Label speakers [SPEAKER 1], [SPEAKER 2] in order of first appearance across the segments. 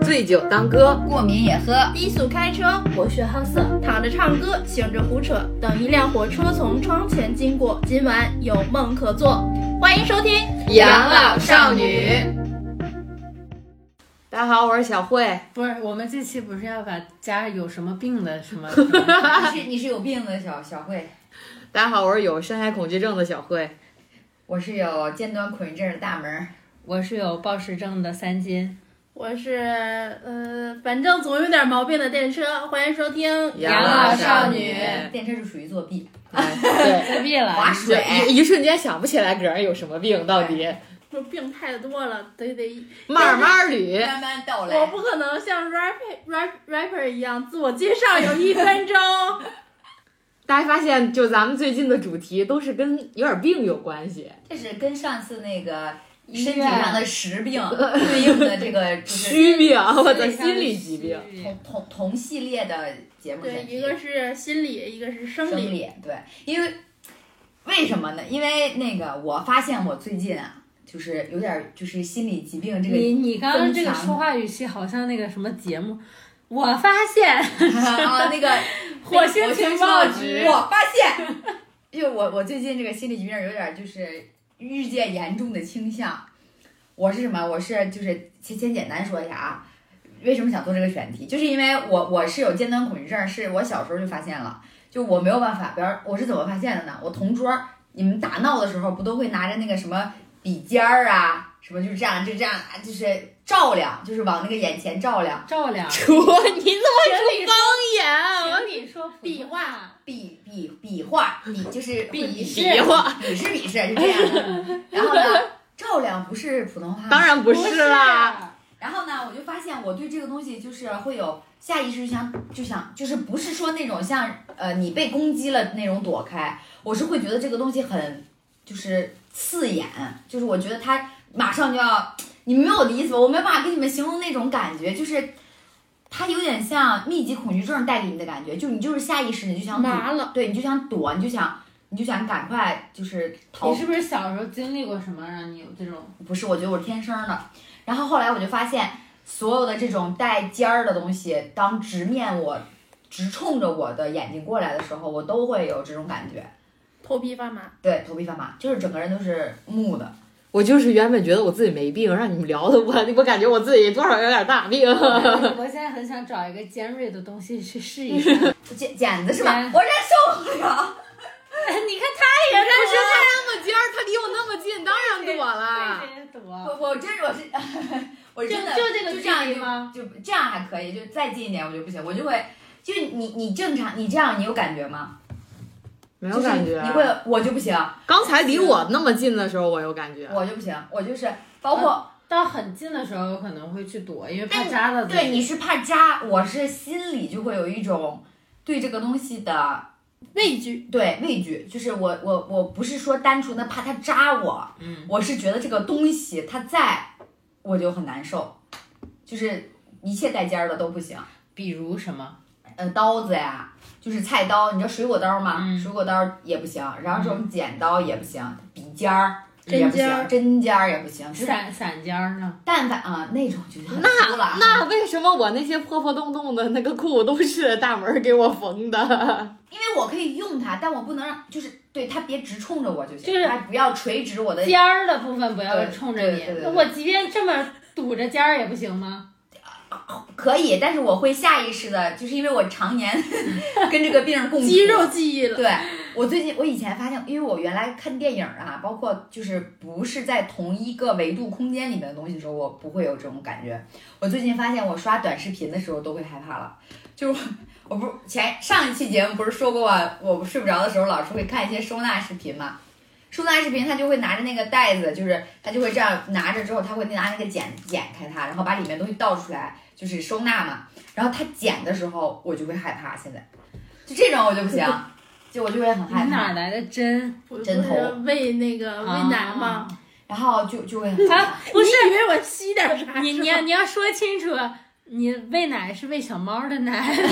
[SPEAKER 1] 醉酒当歌，
[SPEAKER 2] 过敏也喝。
[SPEAKER 3] 低速开车，博学好色，躺着唱歌，醒着胡扯。等一辆火车从窗前经过，今晚有梦可做。欢迎收听《
[SPEAKER 1] 养老少女》。大家好，我是小慧。
[SPEAKER 4] 不是，我们这期不是要把家有什么病的什么？
[SPEAKER 2] 你是你是有病的小小慧，
[SPEAKER 1] 大家好，我是有深海恐惧症的小慧。
[SPEAKER 2] 我是有尖端恐惧症的大门儿。
[SPEAKER 4] 我是有暴食症的三金，
[SPEAKER 3] 我是呃，反正总有点毛病的电车。欢迎收听《
[SPEAKER 1] 养老少女
[SPEAKER 2] 电车是属于作弊，
[SPEAKER 1] 对，
[SPEAKER 4] 作弊了。
[SPEAKER 2] 划
[SPEAKER 1] 就
[SPEAKER 2] 水。
[SPEAKER 1] 一一瞬间想不起来个人有什么病，到底
[SPEAKER 3] 这病太多了，得得，
[SPEAKER 1] 慢慢捋。
[SPEAKER 2] 慢慢道
[SPEAKER 3] 我
[SPEAKER 2] 来，
[SPEAKER 3] 不可能像 rapper rap rapper 一样自我介绍有一分 钟。
[SPEAKER 1] 大家发现，就咱们最近的主题都是跟有点病有关系，
[SPEAKER 2] 这是跟上次那个
[SPEAKER 4] 医
[SPEAKER 2] 身体
[SPEAKER 4] 院
[SPEAKER 2] 上的实病对应的这个就是
[SPEAKER 1] 虚病，我的心理疾 病。
[SPEAKER 2] 同同同系列的节目
[SPEAKER 3] 对，
[SPEAKER 2] 选
[SPEAKER 3] 一
[SPEAKER 2] 题。
[SPEAKER 3] 个是心理，一个是生
[SPEAKER 2] 生
[SPEAKER 3] 理。
[SPEAKER 2] 理，对，因为为什么呢？因为那个我发现我最近啊，就是有点儿就是心理疾病这个
[SPEAKER 4] 你你刚刚
[SPEAKER 2] 增
[SPEAKER 4] 这个
[SPEAKER 2] 强
[SPEAKER 4] 说话语气好像那个什么节目，我发 现
[SPEAKER 2] 啊那个
[SPEAKER 4] 火星情报局
[SPEAKER 2] 我发 现，就我我最近这个心理疾病有点儿就是日渐严重的倾向。我是什么？我是就是先先简单说一下啊，为什么想做这个选题，就是因为我我是有尖端恐惧症，是我小时候就发现了，就我没有办法，比方我是怎么发现的呢？我同桌你们打闹的时候不都会拿着那个什么笔尖儿啊，什么就是这样就这样，啊就是照亮，就是往那个眼前照亮。
[SPEAKER 4] 照亮。
[SPEAKER 1] 楚，你怎么
[SPEAKER 3] 学理
[SPEAKER 1] 方言？啊
[SPEAKER 4] 请你说
[SPEAKER 3] 比
[SPEAKER 4] 划，
[SPEAKER 2] 比比比划，比就是
[SPEAKER 4] 比
[SPEAKER 2] 试，
[SPEAKER 1] 比划
[SPEAKER 2] 比试比试，就这样的。然后呢，照亮不是普通话，
[SPEAKER 1] 当。然不是啦。，
[SPEAKER 2] 然后呢，我就发现我对这个东西就是会有下意识就想就想就是不是说那种像呃你被攻击了那种躲开，我是会觉得这个东西很就是刺眼，就是我觉得它马上就要，你们明白我的意思吧？我没有办法给你们形容那种感觉，就是。它有点像密集恐惧症带给你的感觉，就你就是下意识你就想躲
[SPEAKER 3] 麻了。
[SPEAKER 2] 对，你就想躲，你就想，你就想赶快就是逃
[SPEAKER 4] 你。是不是小时候经历过什么让你有这种？
[SPEAKER 2] 不是，我觉得我是天生的。然后后来我就发现，所有的这种带尖儿的东西，当直面我，直冲着我的眼睛过来的时候，我都会有这种感觉。
[SPEAKER 3] 头皮发麻。
[SPEAKER 1] 嗯
[SPEAKER 2] 对，头皮发麻，就是整个人都是木的。
[SPEAKER 1] 我就是原本觉得我自己没病，让你们聊的我，我感觉我自己多少有点大病。
[SPEAKER 4] 我现在很想找一个尖锐的东西去试一下。你看
[SPEAKER 2] 剪剪子是吧？
[SPEAKER 4] 剪
[SPEAKER 2] 我这受不了。
[SPEAKER 4] 哎他也
[SPEAKER 1] 但是他那么尖儿，他离我那么近，当然躲了。
[SPEAKER 4] 对，对躲。
[SPEAKER 2] 我我真我是， 我真的
[SPEAKER 4] 就就这个
[SPEAKER 2] 这样
[SPEAKER 4] 距离吗
[SPEAKER 2] 就就这样还可以，就再近一点我就不行，我就会。就你你正常你这样你有感觉吗？
[SPEAKER 1] 没有感觉
[SPEAKER 2] 就是、你会我就不行，
[SPEAKER 1] 刚才离我那么近的时候，我有感觉。
[SPEAKER 2] 我就不行，我就是包括
[SPEAKER 4] 到很近的时候可能会去躲，因为怕
[SPEAKER 2] 但
[SPEAKER 4] 扎到自己。
[SPEAKER 2] 对，你是怕扎，我是心里就会有一种对这个东西的
[SPEAKER 3] 畏惧，
[SPEAKER 2] 对畏惧，就是我我我不是说单纯的怕它扎我，
[SPEAKER 4] 嗯，
[SPEAKER 2] 我是觉得这个东西它在，我就很难受，就是一切带尖儿的都不行，
[SPEAKER 4] 比如什么？
[SPEAKER 2] 呃，刀子呀，就是菜刀，你知道水果刀吗？
[SPEAKER 4] 嗯
[SPEAKER 2] 水果刀也不行，然后这种剪刀也不行，笔尖儿。也
[SPEAKER 3] 针
[SPEAKER 2] 不
[SPEAKER 3] 尖儿
[SPEAKER 2] 行，针尖儿也不行，就是
[SPEAKER 4] 散散尖儿呢？
[SPEAKER 2] 但凡啊、那种就很
[SPEAKER 1] 那
[SPEAKER 2] 粗了啊。
[SPEAKER 1] 那为什么我那些破破洞洞的那个裤都是大门儿给我缝的？
[SPEAKER 2] 因为我可以用它，但我不能让，就是对它别直冲着我就行，
[SPEAKER 4] 就是
[SPEAKER 2] 它不要垂直我的，
[SPEAKER 4] 尖儿的部分不要
[SPEAKER 2] 对
[SPEAKER 4] 冲
[SPEAKER 2] 对
[SPEAKER 4] 着你
[SPEAKER 2] 对对。
[SPEAKER 4] 那
[SPEAKER 2] 对
[SPEAKER 4] 我即便这么堵着尖儿也不行吗？
[SPEAKER 2] 可以，但是我会下意识的，就是因为我常年 跟这个病共处
[SPEAKER 3] 肌肉记忆了。
[SPEAKER 2] 对我最近，我以前发现，因为我原来看电影啊，包括就是不是在同一个维度空间里面的东西的时候，我不会有这种感觉。我最近发现，我刷短视频的时候都会害怕了，就是我我不是前上一期节目不是说过我我睡不着的时候老是会看一些收纳视频嘛。收纳视频，他就会拿着那个袋子，就是他就会这样拿着之后，他会拿那个剪剪开它，然后把里面东西倒出来，就是收纳嘛。然后他剪的时候，我就会害怕。现在就这种我就不行，就我就会很害
[SPEAKER 4] 你哪
[SPEAKER 2] 怕，
[SPEAKER 4] 来的针？
[SPEAKER 3] 我不
[SPEAKER 2] 针头
[SPEAKER 3] 是喂那个喂奶吗？
[SPEAKER 2] 然后就就会 很害怕。
[SPEAKER 4] 啊，不是
[SPEAKER 3] 你以为我吸点啥？
[SPEAKER 4] 你你
[SPEAKER 3] 是
[SPEAKER 4] 要
[SPEAKER 3] 吗
[SPEAKER 4] 你要说清楚，你喂奶是喂小猫的奶，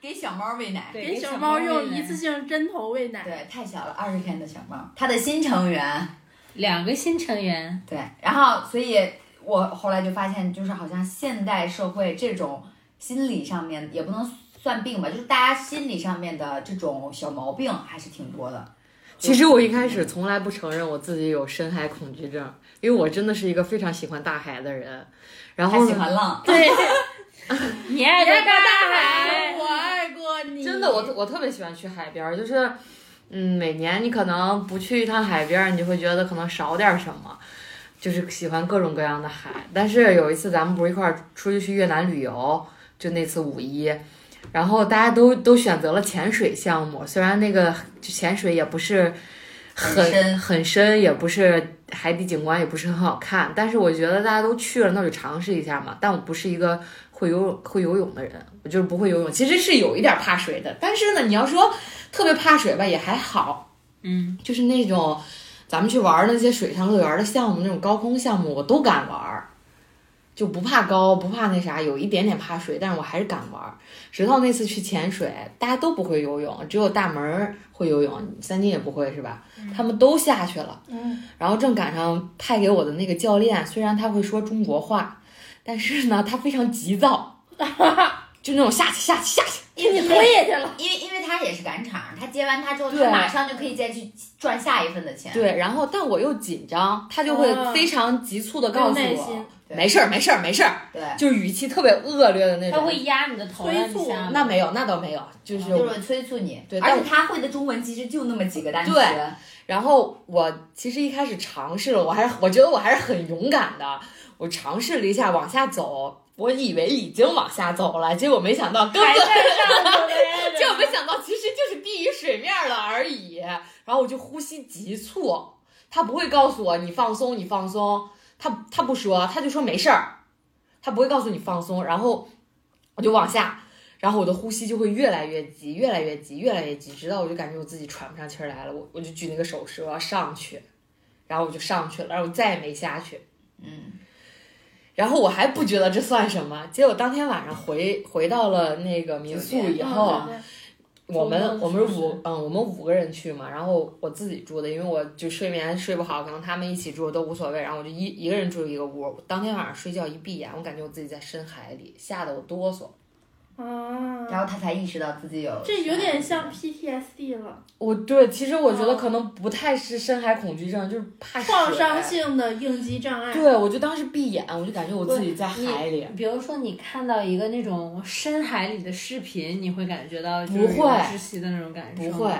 [SPEAKER 2] 给小猫喂奶，
[SPEAKER 4] 对
[SPEAKER 3] 给小猫用一次
[SPEAKER 4] 性
[SPEAKER 3] 性针头喂奶，
[SPEAKER 2] 对，太小了，二十天的小猫，它的新成员。
[SPEAKER 4] 两个新成员，
[SPEAKER 2] 对，然后所以我后来就发现，就是好像现代社会这种心理上面也不能算病吧，就是大家心理上面的这种小毛病还是挺多的。
[SPEAKER 1] 其实我一开始从来不承认我自己有深海恐惧症，因为我真的是一个非常喜欢大海的人。然
[SPEAKER 2] 还
[SPEAKER 1] 后
[SPEAKER 2] 喜
[SPEAKER 1] 呢，
[SPEAKER 2] 欢浪，
[SPEAKER 3] 对，你爱过大
[SPEAKER 4] 海
[SPEAKER 3] 海，我爱过你。
[SPEAKER 1] 真的我特我特别喜欢去海边儿，就是嗯，每年你可能不去一趟海边儿，你就会觉得可能少点儿什么。就是喜欢各种各样的海，但是有一次咱们不是一块儿出去去越南旅游，就那次五一，然后大家都都选择了潜水项目，虽然那个就潜水也不是很
[SPEAKER 2] 很深
[SPEAKER 1] 很深，也不是海底景观也不是很好看，但是我觉得大家都去了，那就尝试一下嘛。但我不是一个会游泳会游泳的人，我就是不会游泳，其实是有一点怕水的，但是呢，你要说特别怕水吧，也还好，
[SPEAKER 4] 嗯，
[SPEAKER 1] 就是那种。咱们去玩儿那些水上乐园的项目，那种高空项目，我都敢玩儿，就不怕高，不怕那啥，有一点点怕水，但是我还是敢玩儿。直到那次去潜水，大家都不会游泳，只有大门儿会游泳，三金也不会是吧？他们都下去了，
[SPEAKER 3] 嗯，
[SPEAKER 1] 然后正赶上派给我的那个教练，虽然他会说中国话，但是呢，他非常急 躁，就那种下去下去下去，
[SPEAKER 3] 给 你推下去了。
[SPEAKER 2] 因为因为他也是赶场，他接完他之后，
[SPEAKER 1] 对
[SPEAKER 2] 他马上就可以再去赚下一份的钱。
[SPEAKER 1] 对，然后但我又紧张，他就
[SPEAKER 3] 哎哦
[SPEAKER 1] 会非常急促的告诉
[SPEAKER 3] 没有耐
[SPEAKER 1] 我
[SPEAKER 3] 心，
[SPEAKER 2] 对
[SPEAKER 1] 没事儿没事儿没事儿，
[SPEAKER 2] 对，
[SPEAKER 1] 就是语气特别恶劣的那
[SPEAKER 4] 他
[SPEAKER 1] 种。
[SPEAKER 4] 会压你的头啊
[SPEAKER 3] 催
[SPEAKER 4] 让你
[SPEAKER 3] 促
[SPEAKER 4] 下来
[SPEAKER 1] 那没有，那倒没有，就是
[SPEAKER 3] 哦
[SPEAKER 2] 就是催促你。
[SPEAKER 1] 对
[SPEAKER 2] 而
[SPEAKER 1] 但
[SPEAKER 2] 且他会的中文其实就那么几个单词。
[SPEAKER 1] 对然后我其实一开始尝试了，我还是我觉得我还是很勇敢的，我尝试了一下往下走，我以为已经往下走了，结果没想到根
[SPEAKER 3] 还
[SPEAKER 1] 本
[SPEAKER 3] 在上头待
[SPEAKER 1] 结果
[SPEAKER 3] 着。
[SPEAKER 1] 没想到其实就是低于水面了而已。然后我就呼吸急促，他不会告诉我你放松，你放松，他他不说，他就说没事儿，他不会告诉你放松，然后我就往下。然后我的呼吸就会越来越急，越来越急，越来越急，直到我就感觉我自己喘不上气儿来了，我我就举那个手势我要上去，然后我就上去了，然后我再也没下去。
[SPEAKER 2] 嗯，
[SPEAKER 1] 然后我还不觉得这算什么，结果当天晚上回回到了那个民宿以后，
[SPEAKER 3] 嗯对
[SPEAKER 1] 我们我
[SPEAKER 4] 啊做梦
[SPEAKER 1] 们
[SPEAKER 4] 是不是
[SPEAKER 1] 五嗯，我们五个人去嘛，然后我自己住的，因为我就睡眠睡不好，可能他们一起住都无所谓，然后我就一一个人住一个屋。当天晚上睡觉一闭眼，我感觉我自己在深海里，吓得我哆嗦。
[SPEAKER 2] 然
[SPEAKER 3] 啊，
[SPEAKER 2] 后他才意识到自己有。
[SPEAKER 3] 这有点像 PTSD 了，
[SPEAKER 1] 我对，其实我觉得
[SPEAKER 4] 嗯
[SPEAKER 1] 可能不太是深海恐惧症，就是怕水
[SPEAKER 3] 创伤。性的应激障
[SPEAKER 4] 啊
[SPEAKER 3] 碍。
[SPEAKER 1] 对，我就当时闭眼，我就感觉我自己在海里。
[SPEAKER 4] 比如说，你看到一个那种深海里的视频，你会感觉到就是
[SPEAKER 1] 不会
[SPEAKER 4] 有窒息的那种感受吗，
[SPEAKER 1] 不会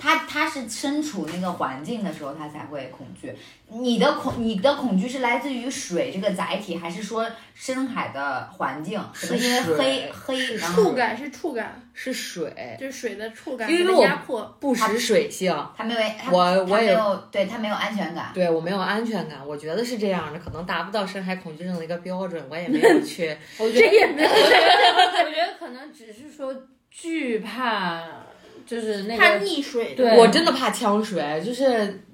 [SPEAKER 2] 他他是身处那个环境的时候，他才会恐惧。你的恐你的恐惧是来自于水这个载体，还是说深海的环境？可能因为
[SPEAKER 1] 是
[SPEAKER 2] 黑
[SPEAKER 1] 水
[SPEAKER 2] 黑
[SPEAKER 1] 是
[SPEAKER 2] 然
[SPEAKER 3] 触
[SPEAKER 2] 后
[SPEAKER 3] 感是触感，
[SPEAKER 1] 是水，
[SPEAKER 3] 就是水的触感
[SPEAKER 1] 因为
[SPEAKER 3] 和
[SPEAKER 1] 我
[SPEAKER 3] 压迫。
[SPEAKER 1] 不识水性。
[SPEAKER 2] 他没有他
[SPEAKER 1] 我
[SPEAKER 2] 他
[SPEAKER 1] 我
[SPEAKER 2] 没
[SPEAKER 1] 也
[SPEAKER 2] 有对他没有安全感。
[SPEAKER 1] 对我没有安全感，我觉得是这样的，可能达不到深海恐惧症的一个标准，我也没 有去
[SPEAKER 4] 我觉
[SPEAKER 3] 这
[SPEAKER 4] 得
[SPEAKER 3] 也没有，
[SPEAKER 4] 我觉得可能只是说惧怕，就是那
[SPEAKER 3] 它
[SPEAKER 4] 个
[SPEAKER 3] 溺水的。
[SPEAKER 4] 对
[SPEAKER 1] 我真的怕呛水，就是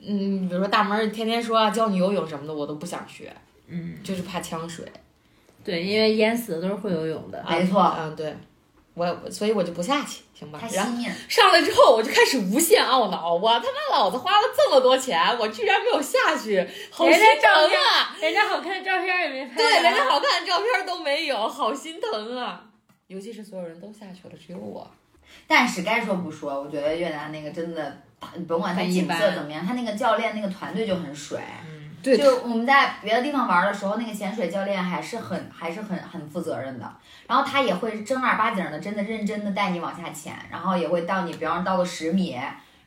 [SPEAKER 1] 嗯，比如说大门儿天天说啊教你游泳什么的，我都不想学，
[SPEAKER 4] 嗯，
[SPEAKER 1] 就是怕呛水。
[SPEAKER 4] 对，因为淹死的都是会游泳的。哎
[SPEAKER 2] 没错，
[SPEAKER 1] 嗯，对，我我所以我就不下去，行吧
[SPEAKER 2] 他。
[SPEAKER 1] 然后
[SPEAKER 2] 吸引。
[SPEAKER 1] 上来之后，我就开始无限懊恼，我他妈老子花了这么多钱，我居然没有下去，好
[SPEAKER 4] 人
[SPEAKER 1] 心
[SPEAKER 4] 家
[SPEAKER 1] 疼
[SPEAKER 4] 照片
[SPEAKER 1] 啊！
[SPEAKER 4] 人家好看的照片也没拍啊到，
[SPEAKER 1] 对，啊连个好看的照片都没有，好心疼啊！尤其是所有人都下去了，只有我。
[SPEAKER 2] 但是该说不说，我觉得越南那个真的，你甭管他
[SPEAKER 4] 很一
[SPEAKER 2] 景色
[SPEAKER 4] 般嗯
[SPEAKER 2] 怎么样，他那个教练那个团队就很水。
[SPEAKER 1] 对
[SPEAKER 2] 就我们在别的地方玩的时候，那个潜水教练还是很还是很很负责任的，然后他也会正儿八经的真的认真的带你往下潜，然后也会到你，比方说到个十米，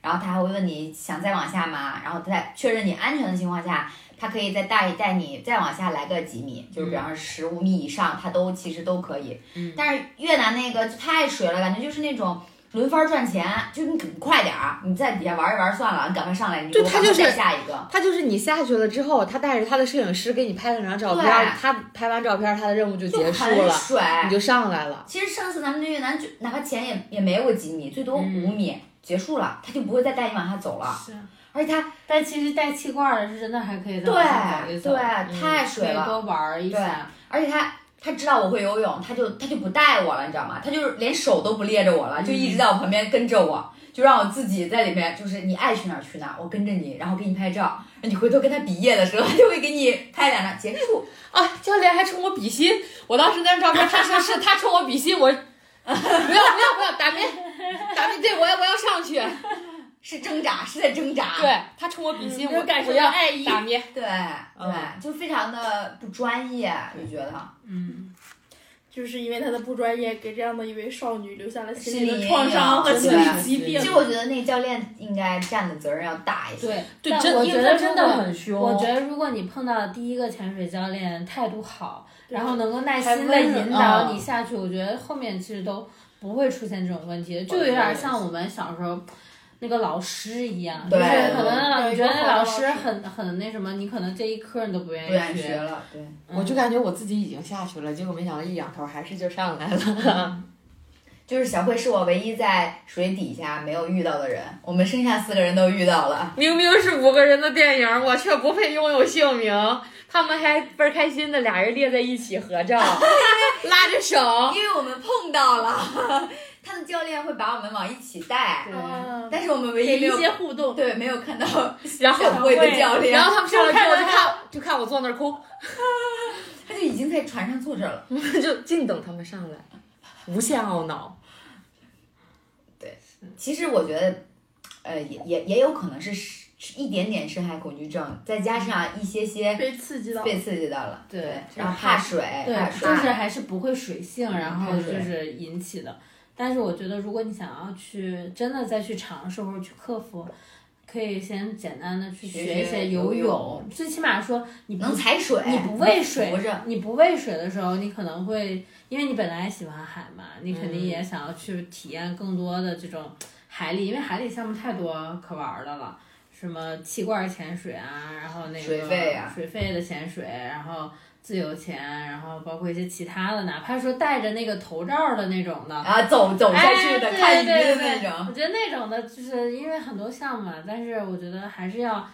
[SPEAKER 2] 然后他还会问你想再往下吗？然后在确认你安全的情况下，他可以再带带你再往下来个几米，就是比方说
[SPEAKER 1] 嗯
[SPEAKER 2] 十五米以上，他都其实都可以。
[SPEAKER 4] 嗯
[SPEAKER 2] 但是越南那个就太水了，感觉就是那种。轮番赚钱，就是你快点儿，你在底下玩一玩算了，你赶快上来，你给
[SPEAKER 1] 对
[SPEAKER 2] 我
[SPEAKER 1] 他
[SPEAKER 2] 赶快
[SPEAKER 1] 就是
[SPEAKER 2] 再下一个。
[SPEAKER 1] 他就是你下去了之后，他带着他的摄影师给你拍了张照片
[SPEAKER 2] 对，
[SPEAKER 1] 他拍完照片，他的任务就结束
[SPEAKER 2] 很
[SPEAKER 1] 了，
[SPEAKER 2] 水。
[SPEAKER 1] 你就上来了。
[SPEAKER 2] 其实上次咱们对越南就哪怕潜也也没有过几米，最多五
[SPEAKER 1] 嗯
[SPEAKER 2] 米、结束了，他就不会再带你往下走了。
[SPEAKER 4] 是，
[SPEAKER 2] 而且他
[SPEAKER 4] 但其实带气罐的是真的还可以再
[SPEAKER 2] 对
[SPEAKER 4] 往下走一走，
[SPEAKER 1] 嗯
[SPEAKER 2] 对太水
[SPEAKER 4] 可以
[SPEAKER 2] 了，
[SPEAKER 4] 多玩一下。
[SPEAKER 2] 而且他他知道我会游泳，他就他就不带我了，你知道吗？他就是连手都不猎着我了，就一直在我旁边跟着我。就让我自己在里面，就是你爱去哪儿去哪儿，我跟着你，然后给你拍照。你回头跟他比耶的时候，他就会给你拍两张，结束。
[SPEAKER 1] 啊，教练还冲我比心，我当时那张照片，他说是他冲我比心， 我不要不要不要，打面打面，对我要我要上去，
[SPEAKER 2] 是挣扎，是在挣扎。
[SPEAKER 1] 对他冲我比心，
[SPEAKER 4] 嗯没有
[SPEAKER 1] 我
[SPEAKER 4] 感受
[SPEAKER 1] 我要
[SPEAKER 4] 到爱意
[SPEAKER 1] 打面，
[SPEAKER 2] 对对，就非常的不专业，就觉得
[SPEAKER 4] 嗯，
[SPEAKER 3] 就是因为他的不专业，给这样的一位少女留下了心
[SPEAKER 2] 心理
[SPEAKER 3] 理的
[SPEAKER 2] 阴
[SPEAKER 3] 创
[SPEAKER 2] 影
[SPEAKER 3] 伤和
[SPEAKER 2] 对
[SPEAKER 3] 心理疾
[SPEAKER 4] 对
[SPEAKER 3] 病
[SPEAKER 2] 其。实我觉得那教练应该占的责任要大一些。
[SPEAKER 4] 对，
[SPEAKER 1] 对
[SPEAKER 4] 但
[SPEAKER 1] 真的
[SPEAKER 4] 我
[SPEAKER 1] 因
[SPEAKER 4] 觉
[SPEAKER 1] 为
[SPEAKER 4] 得
[SPEAKER 1] 他真
[SPEAKER 4] 如
[SPEAKER 1] 的
[SPEAKER 4] 果
[SPEAKER 1] 很凶，
[SPEAKER 4] 我觉得如果你碰到第一个潜水教练态度好，
[SPEAKER 3] 对
[SPEAKER 4] 然后能够耐
[SPEAKER 1] 还
[SPEAKER 4] 心的
[SPEAKER 1] 温柔
[SPEAKER 4] 引导
[SPEAKER 1] 嗯
[SPEAKER 4] 你下去，我觉得后面其实都不会出现这种问题，就有点像我们小时候。那个老师一样，就
[SPEAKER 2] 对
[SPEAKER 4] 是可能
[SPEAKER 3] 对
[SPEAKER 4] 老你觉得
[SPEAKER 3] 有一个好
[SPEAKER 4] 那
[SPEAKER 3] 的
[SPEAKER 4] 老
[SPEAKER 3] 老
[SPEAKER 4] 师
[SPEAKER 3] 师
[SPEAKER 4] 很很那什么，你可能这一科你都不愿
[SPEAKER 2] 不
[SPEAKER 4] 意
[SPEAKER 2] 愿意
[SPEAKER 4] 学。嗯
[SPEAKER 2] 学了，对。
[SPEAKER 1] 我就感觉我自己已经下去了，结果没想到一仰头还是就上来 了。
[SPEAKER 2] 就是小慧是我唯一在水底下没有遇到的人，我们剩下四个人都遇到了。
[SPEAKER 1] 明明是五个人的电影，我却不配拥有姓名。他们还倍儿开心的，俩人列在一起合 照，拉着手。
[SPEAKER 2] 因为我们碰到了， 他的教练会把我们往一起带，
[SPEAKER 3] 啊
[SPEAKER 2] 但是我们唯
[SPEAKER 3] 给
[SPEAKER 2] 一没
[SPEAKER 3] 一些
[SPEAKER 2] 有
[SPEAKER 3] 互动，
[SPEAKER 2] 对没有看 到
[SPEAKER 1] 然后
[SPEAKER 2] 小慧的教练
[SPEAKER 1] 然，后他们上来之后
[SPEAKER 3] 就
[SPEAKER 1] 就
[SPEAKER 3] 看
[SPEAKER 1] 看就看我坐那儿哭，
[SPEAKER 2] 他就已经在船上坐着了。
[SPEAKER 1] 就静等他们上来，无限懊恼。
[SPEAKER 2] 其实我觉得，呃，也也也有可能是是一点点深海恐惧症，再加上一些些
[SPEAKER 3] 被刺激到。
[SPEAKER 2] 被刺激到了，
[SPEAKER 4] 对
[SPEAKER 2] 然后怕水，
[SPEAKER 4] 对
[SPEAKER 2] 怕，
[SPEAKER 4] 就
[SPEAKER 2] 水，
[SPEAKER 4] 是还是不会水性，然后
[SPEAKER 2] 嗯对
[SPEAKER 4] 就
[SPEAKER 2] 对
[SPEAKER 4] 是引起的。但是我觉得，如果你想要去真的再去尝试或者去克服，可以先简单的去
[SPEAKER 2] 学
[SPEAKER 4] 学一
[SPEAKER 2] 学
[SPEAKER 4] 些
[SPEAKER 2] 游
[SPEAKER 4] 游
[SPEAKER 2] 泳
[SPEAKER 4] 最起码说你不
[SPEAKER 2] 能踩水，
[SPEAKER 4] 你不畏水
[SPEAKER 2] 能浮着，
[SPEAKER 4] 你不畏水的时候，你可能会，因为你本来喜欢海嘛，你肯定
[SPEAKER 2] 嗯
[SPEAKER 4] 也想要去体验更多的这种海里，因为海里项目太多可玩儿的了，什么气罐潜水啊，然后那个
[SPEAKER 2] 水肺啊
[SPEAKER 4] 水肺的潜水，然后自由潜，然后包括一些其他的，哪怕说戴着那个头罩的那种的。
[SPEAKER 2] 啊，走走下去的，
[SPEAKER 4] 哎对
[SPEAKER 2] 看鱼
[SPEAKER 4] 对
[SPEAKER 2] 的
[SPEAKER 4] 对
[SPEAKER 2] 那种。
[SPEAKER 4] 我觉得那种的，就是因为很多项目，啊，但是我觉得还是要，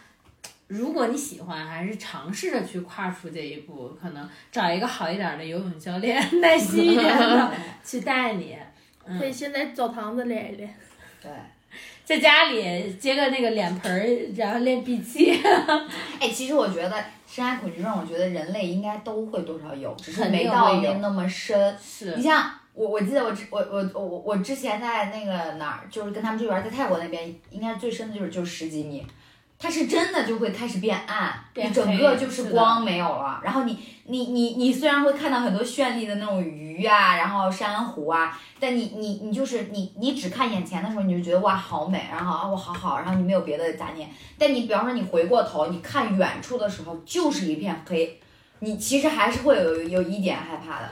[SPEAKER 4] 如果你喜欢，还是尝试着去跨出这一步，可能找一个好一点的游泳教练， 耐心 一点的去带你。嗯
[SPEAKER 3] 可以先在澡堂子练一练，
[SPEAKER 2] 对，
[SPEAKER 4] 在家里接个那个脸盆儿，然后练闭气，
[SPEAKER 2] 哎，其实我觉得深海恐惧症，我觉得人类应该都会多少有，只是
[SPEAKER 4] 肯定
[SPEAKER 2] 没到
[SPEAKER 4] 会有
[SPEAKER 2] 那那么深。
[SPEAKER 4] 是
[SPEAKER 2] 你像我，我记得我之我我我我我之前在那个哪儿，就是跟他们去玩，在泰国那边，应该最深的就是就十几米，它是真的就会开始变暗，
[SPEAKER 4] 变
[SPEAKER 2] 你整
[SPEAKER 4] 黑
[SPEAKER 2] 个就是是
[SPEAKER 4] 的
[SPEAKER 2] 光没有了。然后你你你你虽然会看到很多绚丽的那种鱼啊，然后珊瑚啊，但你你你就是你你只看眼前的时候，你就觉得哇好美，然后啊我好好，然后你没有别的杂念。但你比方说你回过头，你看远处的时候就是一片黑。你其实还是会有有一点害怕的，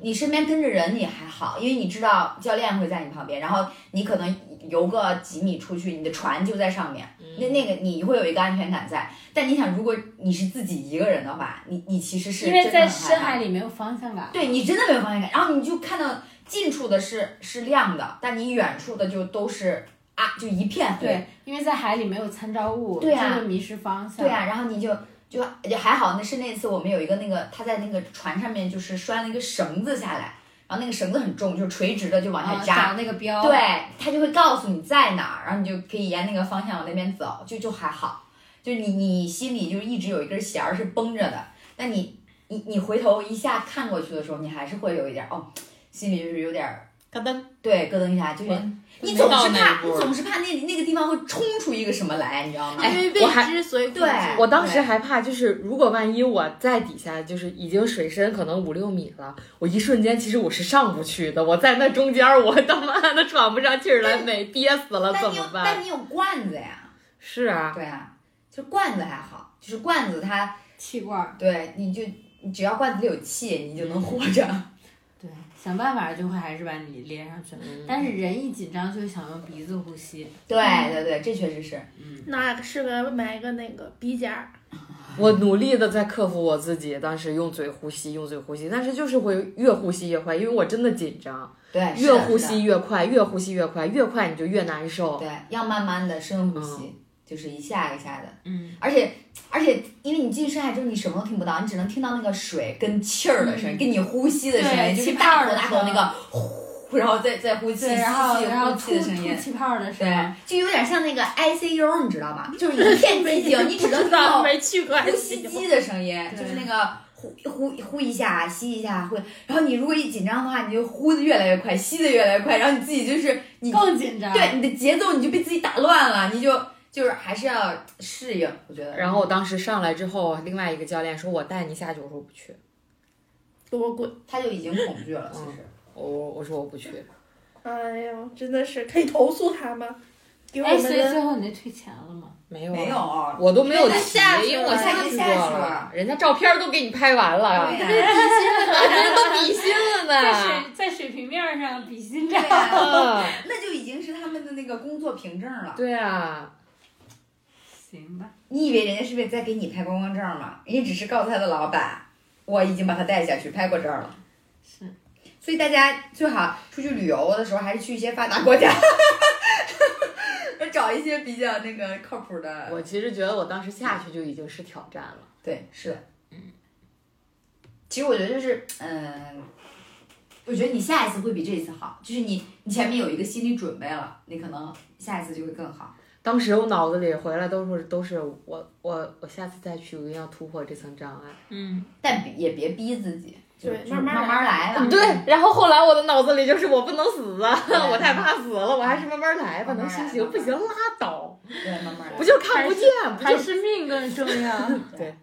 [SPEAKER 2] 你身边跟着人你还好，因为你知道教练会在你旁边，然后你可能游个几米出去，你的船就在上面，那那个你会有一个安全感在。但你想，如果你是自己一个人的话，你你其实是
[SPEAKER 4] 因为
[SPEAKER 2] 真的
[SPEAKER 4] 在
[SPEAKER 2] 很害
[SPEAKER 4] 深
[SPEAKER 2] 怕
[SPEAKER 4] 海，里没有方向感。
[SPEAKER 2] 对你真的没有方向感，然后你就看到近处的是是亮的，但你远处的就都是啊，就一片黑。
[SPEAKER 4] 对，因为在海里没有参照物，
[SPEAKER 2] 对啊
[SPEAKER 4] 就会迷失方向。
[SPEAKER 2] 对
[SPEAKER 1] 嗯
[SPEAKER 2] 啊，然后你就就就还好，那是那次我们有一个那个他在那个船上面就是拴了一个绳子下来，然后那个绳子很重，就垂直的就往
[SPEAKER 4] 啊，
[SPEAKER 1] 哦
[SPEAKER 2] 下扎，
[SPEAKER 4] 找那个标。
[SPEAKER 2] 对，他就会告诉你在哪儿，然后你就可以沿那个方向往那边走，就就还好，就你你心里就是一直有一根弦儿是绷着的，但你你你回头一下看过去的时候，你还是会有一点儿哦，心里就是有点儿
[SPEAKER 1] 嘎噔，
[SPEAKER 2] 对咯噔一下，就是
[SPEAKER 1] 我
[SPEAKER 2] 你
[SPEAKER 1] 没
[SPEAKER 2] 总
[SPEAKER 1] 到
[SPEAKER 2] 是
[SPEAKER 1] 那
[SPEAKER 2] 怕
[SPEAKER 1] 一
[SPEAKER 2] 你
[SPEAKER 1] 步
[SPEAKER 2] 总是怕那那个地方会冲出一个什么来，你知道吗？
[SPEAKER 1] 哎
[SPEAKER 3] 因为
[SPEAKER 1] 我还
[SPEAKER 3] 未知所以恐惧。
[SPEAKER 2] 对
[SPEAKER 1] 我当时还怕，就是如果万一我在底下，就是已经水深可能五六米了，我一瞬间其实我是上不去的，我在那中间儿，我他妈的喘不上气儿来，美憋死了
[SPEAKER 2] 但
[SPEAKER 1] 怎
[SPEAKER 2] 你有
[SPEAKER 1] 么办？
[SPEAKER 2] 但你有罐子呀，
[SPEAKER 1] 是啊，
[SPEAKER 2] 对啊，就罐子还好，就是罐子它
[SPEAKER 4] 气罐儿。
[SPEAKER 2] 对你就你只要罐子里有气，你就能活着。
[SPEAKER 4] 对，想办法就会还是把你连上去。
[SPEAKER 2] 嗯
[SPEAKER 4] 但是人一紧张就会想用鼻子呼吸。
[SPEAKER 2] 对
[SPEAKER 4] 嗯
[SPEAKER 2] 对对，这确实是。
[SPEAKER 3] 那适合买个那个鼻夹儿，
[SPEAKER 1] 我努力的在克服我自己，当时用嘴呼吸，用嘴呼吸，但是就是会越呼吸越快，因为我真的紧张，
[SPEAKER 2] 对，是
[SPEAKER 1] 越
[SPEAKER 2] 的
[SPEAKER 1] 呼
[SPEAKER 2] 是的
[SPEAKER 1] 吸越快，越呼吸越快，越快你就越难受。
[SPEAKER 2] 对，要慢慢的深呼吸，就是一下一下的。
[SPEAKER 4] 嗯，
[SPEAKER 2] 而且而且，因为你进深海之后，你什么都听不到，你只能听到那个水跟气儿的声音，跟你呼吸的声
[SPEAKER 4] 嗯对
[SPEAKER 2] 音，就是
[SPEAKER 4] 气
[SPEAKER 2] 大
[SPEAKER 4] 泡
[SPEAKER 2] 口
[SPEAKER 4] 的
[SPEAKER 2] 大口那
[SPEAKER 4] 声
[SPEAKER 2] 个呼呼，然后再再呼气，
[SPEAKER 4] 对，然后
[SPEAKER 2] 吸气
[SPEAKER 4] 然后
[SPEAKER 2] 呼
[SPEAKER 4] 吐
[SPEAKER 2] 气的
[SPEAKER 4] 吐
[SPEAKER 2] 声音。
[SPEAKER 4] 气泡的声
[SPEAKER 2] 对
[SPEAKER 4] 音，，
[SPEAKER 2] 就有点像那个 ICU，你知道吧？就是一片寂静，你只能听到
[SPEAKER 3] 没去过，
[SPEAKER 2] 呼吸机的声音，
[SPEAKER 4] 对
[SPEAKER 2] 就是那个呼呼呼一下，吸一下，呼。然后你如果一紧张的话，你就呼的越来越快，吸的越来越快，然后你自己就是你
[SPEAKER 4] 更紧张。
[SPEAKER 2] 对你的节奏你就被自己打乱了，你就就是还是要适应，我觉得。
[SPEAKER 1] 然后我当时上来之后，另外一个教练说：“我带你下去。”我说：“我不去。
[SPEAKER 3] 多滚！
[SPEAKER 2] 他就已经恐惧了，其实。
[SPEAKER 1] 我”我我说我不去。
[SPEAKER 3] 哎呦，真的是可以投诉他吗？给我
[SPEAKER 4] 哎，
[SPEAKER 3] 们
[SPEAKER 4] 所以
[SPEAKER 3] 的
[SPEAKER 4] 最后你那退钱了吗？
[SPEAKER 1] 没有啊
[SPEAKER 2] 没有啊，
[SPEAKER 1] 我都没有
[SPEAKER 2] 因为他
[SPEAKER 1] 提
[SPEAKER 2] 下去，了
[SPEAKER 1] 因为我
[SPEAKER 2] 他
[SPEAKER 1] 去
[SPEAKER 2] 已经
[SPEAKER 1] 过
[SPEAKER 2] 下去
[SPEAKER 1] 了
[SPEAKER 2] 了，啊
[SPEAKER 1] 人家照片都给你拍完了，啊
[SPEAKER 2] 呀、
[SPEAKER 4] 啊
[SPEAKER 1] 人家都比心了
[SPEAKER 4] 在
[SPEAKER 1] 呢。
[SPEAKER 4] 水在水平面上比心
[SPEAKER 2] 对
[SPEAKER 4] 照，
[SPEAKER 2] 呀、
[SPEAKER 1] 啊
[SPEAKER 2] 那就已经是他们的那个工作凭证了。
[SPEAKER 1] 对啊，
[SPEAKER 4] 行吧？
[SPEAKER 2] 你以为人家是为在给你拍观光证吗？人家只是告诉他的老板，我已经把他带下去拍过证了。
[SPEAKER 4] 是，
[SPEAKER 2] 所以大家最好出去旅游的时候，还是去一些发达国家，找一些比较那个靠谱的。
[SPEAKER 1] 我其实觉得我当时下去就已经是挑战了。
[SPEAKER 2] 对，是的。其实我觉得就是，嗯，我觉得你下一次会比这一次好，就是你你前面有一个心理准备了，你可能下一次就会更好。
[SPEAKER 1] 当时我脑子里回来都是都是我我我下次再去我一定要突破这层障碍。
[SPEAKER 4] 嗯，
[SPEAKER 2] 但也别逼自己，
[SPEAKER 3] 对
[SPEAKER 2] 就是
[SPEAKER 3] 慢慢
[SPEAKER 2] 慢慢来吧。
[SPEAKER 1] 对，然后后来我的脑子里就是我不能死啊，
[SPEAKER 2] 嗯对
[SPEAKER 1] 我太怕死了，我还是慢慢来吧，
[SPEAKER 2] 慢慢来
[SPEAKER 1] 能行行，不行拉倒，
[SPEAKER 2] 对，慢慢来
[SPEAKER 1] 不。就看不见，不
[SPEAKER 4] 还
[SPEAKER 1] 就是
[SPEAKER 4] 命更重要。
[SPEAKER 1] 对，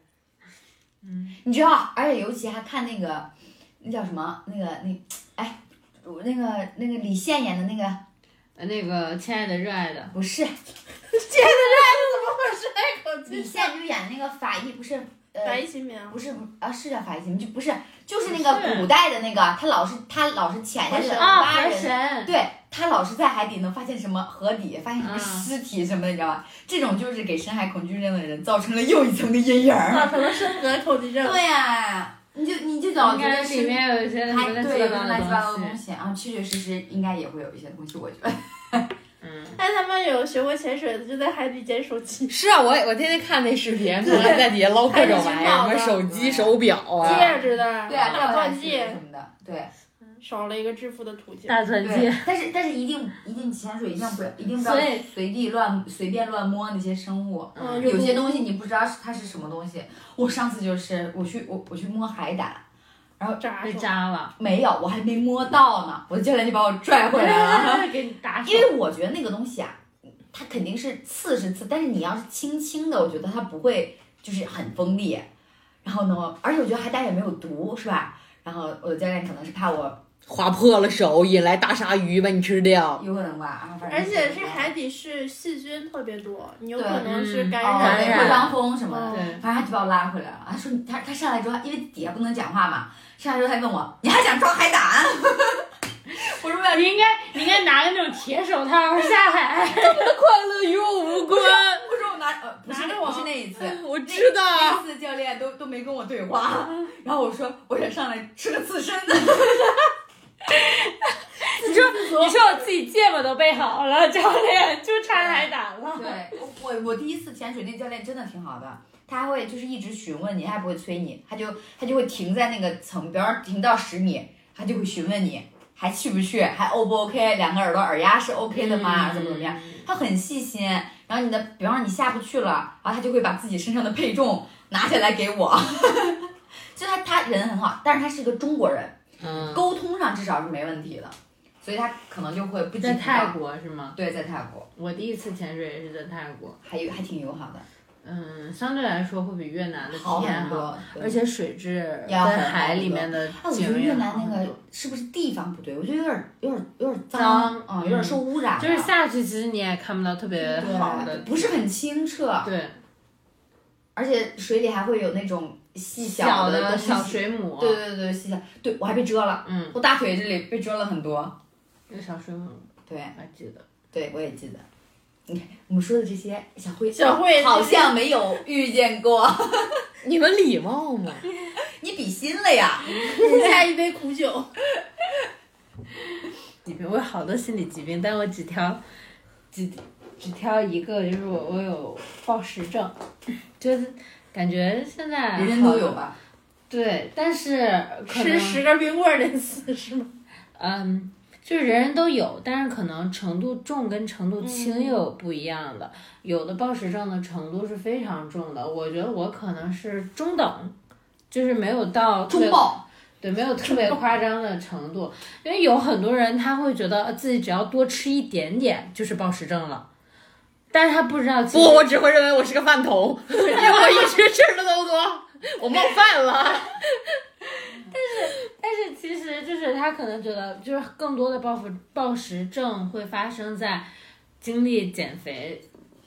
[SPEAKER 4] 嗯，
[SPEAKER 2] 你知道，而且尤其还看那个，那叫什么？那个那，哎，我那个那个李现演的那个
[SPEAKER 4] 那个亲爱的，热爱 的，
[SPEAKER 2] 不是
[SPEAKER 3] 口
[SPEAKER 2] 李现，就演那个法医，不是
[SPEAKER 3] 嗯白
[SPEAKER 2] 呃，
[SPEAKER 3] 新棉
[SPEAKER 2] 不是不是啊，是叫法医吗就不是，就是那个古代的那个，他老是他老是潜下去
[SPEAKER 4] 啊，
[SPEAKER 2] 挖
[SPEAKER 4] 河
[SPEAKER 2] 人，
[SPEAKER 4] 神，
[SPEAKER 2] 对他老是在海底能发现什么河底，发现什么
[SPEAKER 4] 嗯
[SPEAKER 2] 尸体什么的，你知道吧？这种就是给深海恐惧症的人造成了又一层的阴影儿。
[SPEAKER 3] 造成了深层口疾症。
[SPEAKER 2] 对呀，你就你就老
[SPEAKER 4] 应
[SPEAKER 2] 觉得
[SPEAKER 4] 该
[SPEAKER 2] 是
[SPEAKER 4] 里面有一些
[SPEAKER 2] 还
[SPEAKER 4] 什么
[SPEAKER 2] 对有乱
[SPEAKER 4] 乱
[SPEAKER 2] 七
[SPEAKER 4] 七
[SPEAKER 2] 八
[SPEAKER 4] 八糟
[SPEAKER 2] 糟的
[SPEAKER 4] 的东
[SPEAKER 2] 东
[SPEAKER 4] 西。
[SPEAKER 2] 西啊，确确实实应该也会有一些东西，我觉得。
[SPEAKER 1] 嗯。
[SPEAKER 3] 但哎他们有学过潜水的，就在海底捡手机，
[SPEAKER 1] 是啊，我也我天天看那视频，他们在底下捞各种玩意儿，什么手机、手表啊。
[SPEAKER 3] 戒指的，
[SPEAKER 2] 对啊，
[SPEAKER 3] 大
[SPEAKER 2] 大
[SPEAKER 3] 钻
[SPEAKER 2] 钻
[SPEAKER 3] 戒
[SPEAKER 2] 什，么的，对
[SPEAKER 3] 少了一个致富的途径。
[SPEAKER 4] 大钻戒，
[SPEAKER 2] 对，但是但是一定一定潜水一定不一定不要
[SPEAKER 4] 所以
[SPEAKER 2] 随地乱随便乱摸那些生物，
[SPEAKER 3] 嗯，
[SPEAKER 2] 有些
[SPEAKER 3] 毒
[SPEAKER 2] 东西你不知道是它是什么东西。我上次就是我去我我去摸海胆，
[SPEAKER 3] 扎
[SPEAKER 4] 被
[SPEAKER 3] 手，
[SPEAKER 4] 扎了，
[SPEAKER 2] 没有，我还没摸到呢，我的教练就把我拽回来了。
[SPEAKER 4] 给你打 手
[SPEAKER 2] 因。为我觉得那个东西啊，它肯定是刺是刺，但是你要是轻轻的，我觉得它不会就是很锋利。然后呢，而且我觉得海胆也没有毒，是吧？然后我的教练可能是怕我
[SPEAKER 1] 划破了手，引来大鲨鱼把你吃掉。
[SPEAKER 2] 有可能吧，啊，反正
[SPEAKER 3] 而且是
[SPEAKER 2] 海
[SPEAKER 3] 海底是细菌特别多，你有
[SPEAKER 2] 对
[SPEAKER 3] 可能是
[SPEAKER 4] 嗯
[SPEAKER 3] 感
[SPEAKER 2] 哦，
[SPEAKER 3] 染
[SPEAKER 2] 对
[SPEAKER 1] 染
[SPEAKER 2] 破伤风什么的，
[SPEAKER 3] 嗯
[SPEAKER 4] 对，
[SPEAKER 2] 反正他就把我拉回来了。他啊说你他他上来之后，因为底下不能讲话嘛，上来之后他就问我你还想抓海胆？我说我要
[SPEAKER 4] 你应该你应该拿个那种铁手套下 海，
[SPEAKER 1] 快乐与我无关，
[SPEAKER 2] 我说我拿呃不是
[SPEAKER 3] 拿
[SPEAKER 2] 那
[SPEAKER 3] 着我
[SPEAKER 2] 不是那 一次，
[SPEAKER 1] 我知道。啊
[SPEAKER 2] 那次教练都都没跟我对话，
[SPEAKER 3] 嗯
[SPEAKER 2] 然后我说我想上来吃个刺身的，
[SPEAKER 4] 你说你说我自己芥末都备好了，教练就差海胆 了。
[SPEAKER 2] 对我我第一次潜水，那教练真的挺好的，他还会就是一直询问你，他也不会催你，他就他就会停在那个层，比方说停到十米，他就会询问你还去不去，还 O 不 OK，两个耳朵耳压是 OK 的吗？怎么怎么样？他很细心，然后你的，比方说你下不去了，然后他就会把自己身上的配重拿下来给我， 就他他人很好，但是他是一个中国人，
[SPEAKER 1] 嗯，
[SPEAKER 2] 沟通上至少是没问题的，所以他可能就会不
[SPEAKER 4] 在
[SPEAKER 2] 仅
[SPEAKER 4] 泰，国是吗？
[SPEAKER 2] 对，在泰国
[SPEAKER 4] 我第一次潜水也是在泰国，
[SPEAKER 2] 还有还挺友好的，
[SPEAKER 4] 嗯，相对来说会比越南的体
[SPEAKER 2] 好
[SPEAKER 4] 验
[SPEAKER 2] 很
[SPEAKER 4] 好，
[SPEAKER 2] 多，对
[SPEAKER 4] 而且水质
[SPEAKER 2] 要好
[SPEAKER 4] 跟海里面的
[SPEAKER 2] 哎，我觉
[SPEAKER 4] 景
[SPEAKER 2] 得
[SPEAKER 4] 也
[SPEAKER 2] 越南
[SPEAKER 4] 啊好很
[SPEAKER 2] 那
[SPEAKER 4] 多
[SPEAKER 2] 个是不是地方不对？我觉得有点有点有点
[SPEAKER 4] 脏
[SPEAKER 2] 脏，嗯，有点受污染了，
[SPEAKER 4] 就是下去，其实你也看不到特别好的
[SPEAKER 2] 对，，不是很清澈，
[SPEAKER 4] 对
[SPEAKER 2] 而且水里还会有那种细
[SPEAKER 4] 小
[SPEAKER 2] 的东西
[SPEAKER 4] 小，水母，啊
[SPEAKER 2] 对对对，细小，对我还被蛰了，
[SPEAKER 4] 嗯，
[SPEAKER 2] 我大腿这里被蛰了很多，
[SPEAKER 4] 有小水母，
[SPEAKER 2] 对
[SPEAKER 4] 我还记得。
[SPEAKER 2] 对，我也记得。你看我们说的这些，小慧
[SPEAKER 3] 小慧
[SPEAKER 2] 好像没有遇见过，
[SPEAKER 1] 你们礼貌吗？
[SPEAKER 2] 你比心了呀？
[SPEAKER 4] 嗯
[SPEAKER 3] 下一杯苦酒，
[SPEAKER 4] 疾病，我有好多心理疾病，但我只挑只只挑一个，就是我我有暴食症，就是感觉现在
[SPEAKER 2] 人人都有吧？
[SPEAKER 4] 对，但是可能
[SPEAKER 3] 吃十根冰棍儿得死是吗？
[SPEAKER 4] 嗯，就是人人都有，但是可能程度重跟程度轻又有不一样的。有的暴食症的程度是非常重的，我觉得我可能是中等，就是没有到特别
[SPEAKER 1] 中报，
[SPEAKER 4] 对，没有特别夸张的程度，因为有很多人他会觉得呃自己只要多吃一点点就是暴食症了，但是他不知道其
[SPEAKER 1] 不，
[SPEAKER 4] 实
[SPEAKER 1] 我只会认为我是个饭桶， 因为我一直吃的都多，我冒犯了。
[SPEAKER 4] 但是其实就是他可能觉得，就是更多的暴食暴食症会发生在经历减肥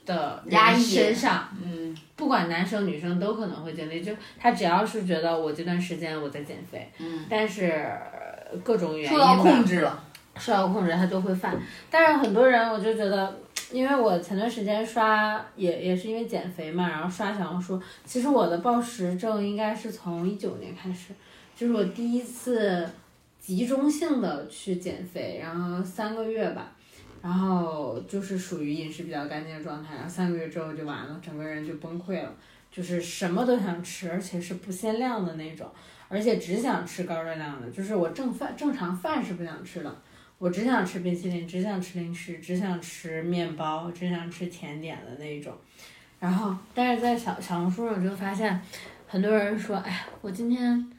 [SPEAKER 4] 的人
[SPEAKER 2] 压抑
[SPEAKER 4] 身上，
[SPEAKER 2] 嗯，
[SPEAKER 4] 不管男生女生都可能会经历。就他只要是觉得我这段时间我在减肥，
[SPEAKER 2] 嗯，
[SPEAKER 4] 但是呃各种原因
[SPEAKER 2] 受到
[SPEAKER 4] 吧
[SPEAKER 2] 控制了，
[SPEAKER 4] 受到控制，他就会犯。但是很多人，我就觉得，因为我前段时间刷也也是因为减肥嘛，然后刷小红书，其实我的暴食症应该是从一九年开始，就是我第一次集中性的去减肥，然后三个月吧。然后就是属于饮食比较干净的状态，然后三个月之后就完了，整个人就崩溃了，就是什么都想吃，而且是不限量的那种，而且只想吃高热量的，就是我正饭正常饭是不想吃的，我只想吃冰淇淋，只想吃零食，只想吃面包，只想吃甜点的那一种。然后，但是在小小红书上就发现，很多人说，哎呀，我今天，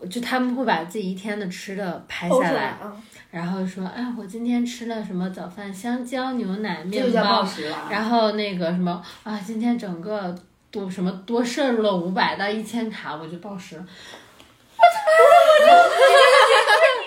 [SPEAKER 4] 我就他们会把自己一天的吃的拍
[SPEAKER 3] 抠
[SPEAKER 4] 下
[SPEAKER 3] 出来
[SPEAKER 4] 来，
[SPEAKER 3] 啊！
[SPEAKER 4] 然后说，哎，我今天吃了什么早饭，香蕉、牛奶、
[SPEAKER 2] 这
[SPEAKER 4] 面
[SPEAKER 2] 就叫
[SPEAKER 4] 包
[SPEAKER 2] 暴，食了啊。
[SPEAKER 4] 然后那个什么啊，今天整个多什么多摄入了五百到一千卡，我就暴食 了。我他妈的，我就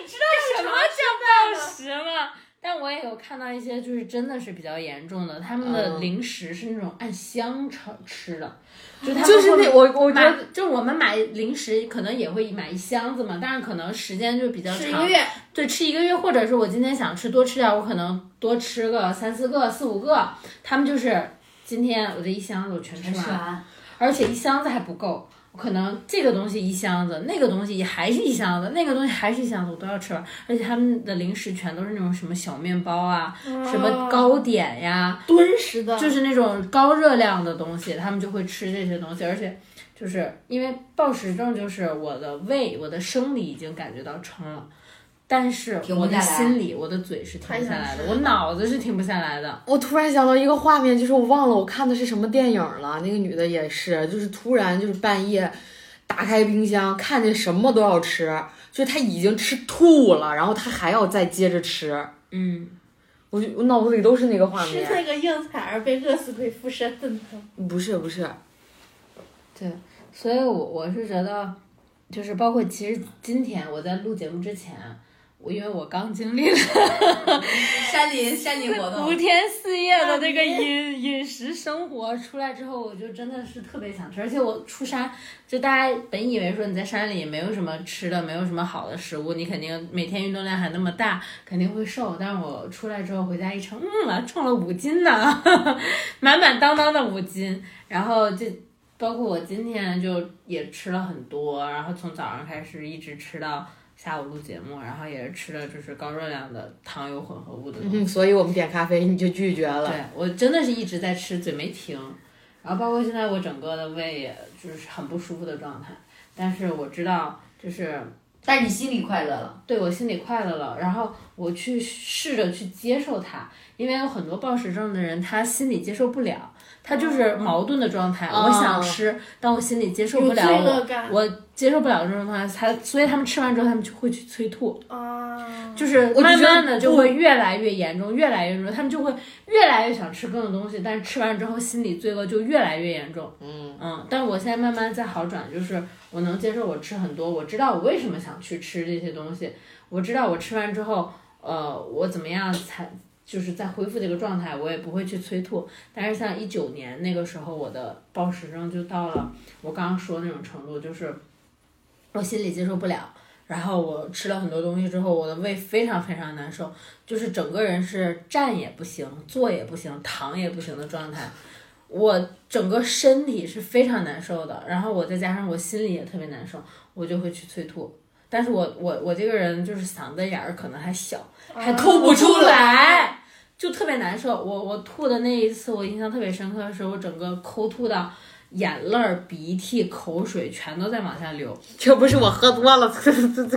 [SPEAKER 4] 你知道什么叫暴食吗？但我也有看到一些，就是真的是比较严重的，他们的
[SPEAKER 1] 嗯
[SPEAKER 4] 零食是那种按箱吃吃的，就他们
[SPEAKER 1] 就是
[SPEAKER 4] 会
[SPEAKER 1] 那我我觉
[SPEAKER 4] 买
[SPEAKER 1] 得，
[SPEAKER 4] 就是我们买零食可能也会买一箱子嘛，但是可能时间就比较
[SPEAKER 3] 吃一
[SPEAKER 4] 长
[SPEAKER 3] 个，月，
[SPEAKER 4] 对，吃一个月，或者是我今天想吃多吃点儿，我可能多吃个三四个、四五个。他们就是今天我这一箱子我全吃
[SPEAKER 2] 吃
[SPEAKER 4] 完了，
[SPEAKER 2] 完，
[SPEAKER 4] 而且一箱子还不够，我可能这个东西一箱子，那个东西还是一箱子，那个东西还是一箱子，我都要吃完。而且他们的零食全都是那种什么小面包啊，什么糕点呀，
[SPEAKER 3] 敦实
[SPEAKER 2] 嗯
[SPEAKER 3] 的，
[SPEAKER 4] 就是那种高热量的东西，他们就会吃这些东西，而且就是因为暴食症，就是我的胃，我的生理已经感觉到撑了，但是
[SPEAKER 2] 停不
[SPEAKER 4] 我的
[SPEAKER 2] 下来
[SPEAKER 4] 心里，我的嘴是停不下来的，我脑子是停不下来的。
[SPEAKER 1] 我突然想到一个画面，就是我忘了我看的是什么电影了。那个女的也是，就是突然就是半夜打开冰箱，看见什么都要吃，就是她已经吃吐了，然后她还要再接着吃。
[SPEAKER 4] 嗯，
[SPEAKER 1] 我就我脑子里都是那个画
[SPEAKER 3] 是
[SPEAKER 1] 面，
[SPEAKER 3] 那个应采儿被饿死鬼附身的吗？
[SPEAKER 1] 不是不是，
[SPEAKER 4] 所以我，我是觉得，就是包括其实今天我在录节目之前，我因为我刚经历了
[SPEAKER 2] 山林山林活
[SPEAKER 4] 五
[SPEAKER 2] 动，
[SPEAKER 4] 天四夜的这个饮饮食生活出来之后，我就真的是特别想吃，而且我出山，就大家本以为说你在山里没有什么吃的，没有什么好的食物，你肯定每天运动量还那么大，肯定会瘦。但是我出来之后回家一称，嗯啊，称了五斤呢， 满满当当的五斤。然后就包括我今天就也吃了很多，然后从早上开始一直吃到。下午录节目，然后也是吃了就是高热量的糖油混合物的东西。
[SPEAKER 1] 嗯，所以我们点咖啡你就拒绝了。
[SPEAKER 4] 对我真的是一直在吃，嘴没停，然后包括现在我整个的胃也就是很不舒服的状态，但是我知道就是
[SPEAKER 2] 但是你心里快乐了，
[SPEAKER 4] 对我心里快乐了，然后我去试着去接受它，因为有很多暴食症的人他心里接受不了，他就是矛盾的状态，
[SPEAKER 1] 哦
[SPEAKER 4] 我想吃，但我心里接受不了
[SPEAKER 3] 有罪恶
[SPEAKER 4] 我
[SPEAKER 3] 感
[SPEAKER 4] 我接受不了这种状态，他所以他们吃完之后他们就会去催吐。
[SPEAKER 3] 啊，
[SPEAKER 4] 就是
[SPEAKER 1] 我就
[SPEAKER 4] 慢
[SPEAKER 1] 觉得
[SPEAKER 4] 慢的就
[SPEAKER 1] 不
[SPEAKER 4] 会越来越严重，越来越严重，他们就会越来越想吃更多东西，但是吃完之后心理罪恶就越来越严重。嗯嗯，但我现在慢慢在好转，就是我能接受我吃很多，我知道我为什么想去吃这些东西，我知道我吃完之后，呃，我怎么样才。就是在恢复这个状态，我也不会去催吐。但是像一九年那个时候，我的暴食症就到了我刚刚说的那种程度，就是我心里接受不了，然后我吃了很多东西之后，我的胃非常非常难受，就是整个人是站也不行，坐也不行，躺也不行的状态。我整个身体是非常难受的，然后我再加上我心里也特别难受，我就会去催吐。但是我我我这个人就是嗓子眼儿可能还小，还
[SPEAKER 1] 哦
[SPEAKER 3] 啊
[SPEAKER 1] 吐不出
[SPEAKER 4] 来，就特别难受。我我吐的那一次，我印象特别深刻的是，我整个抠吐到眼泪儿、鼻涕、口水全都在往下流。
[SPEAKER 1] 这不是我喝多了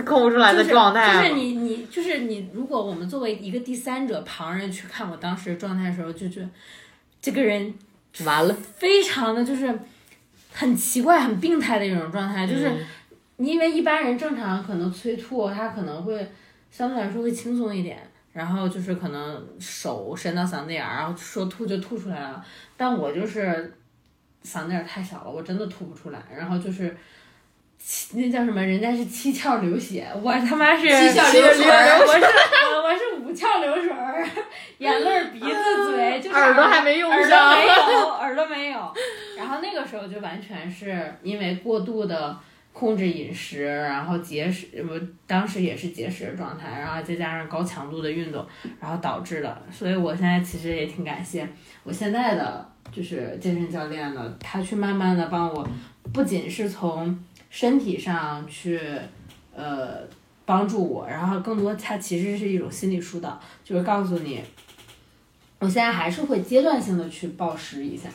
[SPEAKER 1] 抠出来的状态吗？
[SPEAKER 4] 就是就是你你就是你，如果我们作为一个第三者旁人去看我当时的状态的时候，就觉得这个人
[SPEAKER 1] 完了，
[SPEAKER 4] 非常的就是很奇怪、很病态的一种状态，就是
[SPEAKER 1] 嗯
[SPEAKER 4] 你因为一般人正常可能催吐，他可能会相对来说会轻松一点，然后就是可能手伸到嗓子眼儿，然后说吐就吐出来了。但我就是嗓子眼儿太小了，我真的吐不出来，然后就是。七那叫什么？人家是七窍流血，我他妈是
[SPEAKER 2] 七窍流水儿
[SPEAKER 4] 我是我我是五窍流水儿，眼泪儿、鼻子、嘴，就是
[SPEAKER 1] 耳朵还没用
[SPEAKER 4] 耳朵
[SPEAKER 1] 上
[SPEAKER 4] 没 有，耳朵没有。然后那个时候就完全是因为过度的控制饮食，然后节食，我当时也是节食的状态，然后再加上高强度的运动，然后导致的。所以我现在其实也挺感谢我现在的就是健身教练的，他去慢慢的帮我，不仅是从身体上去，呃。帮助我，然后更多，它其实是一种心理疏导，就是告诉你，我现在还是会阶段性的去暴食一下，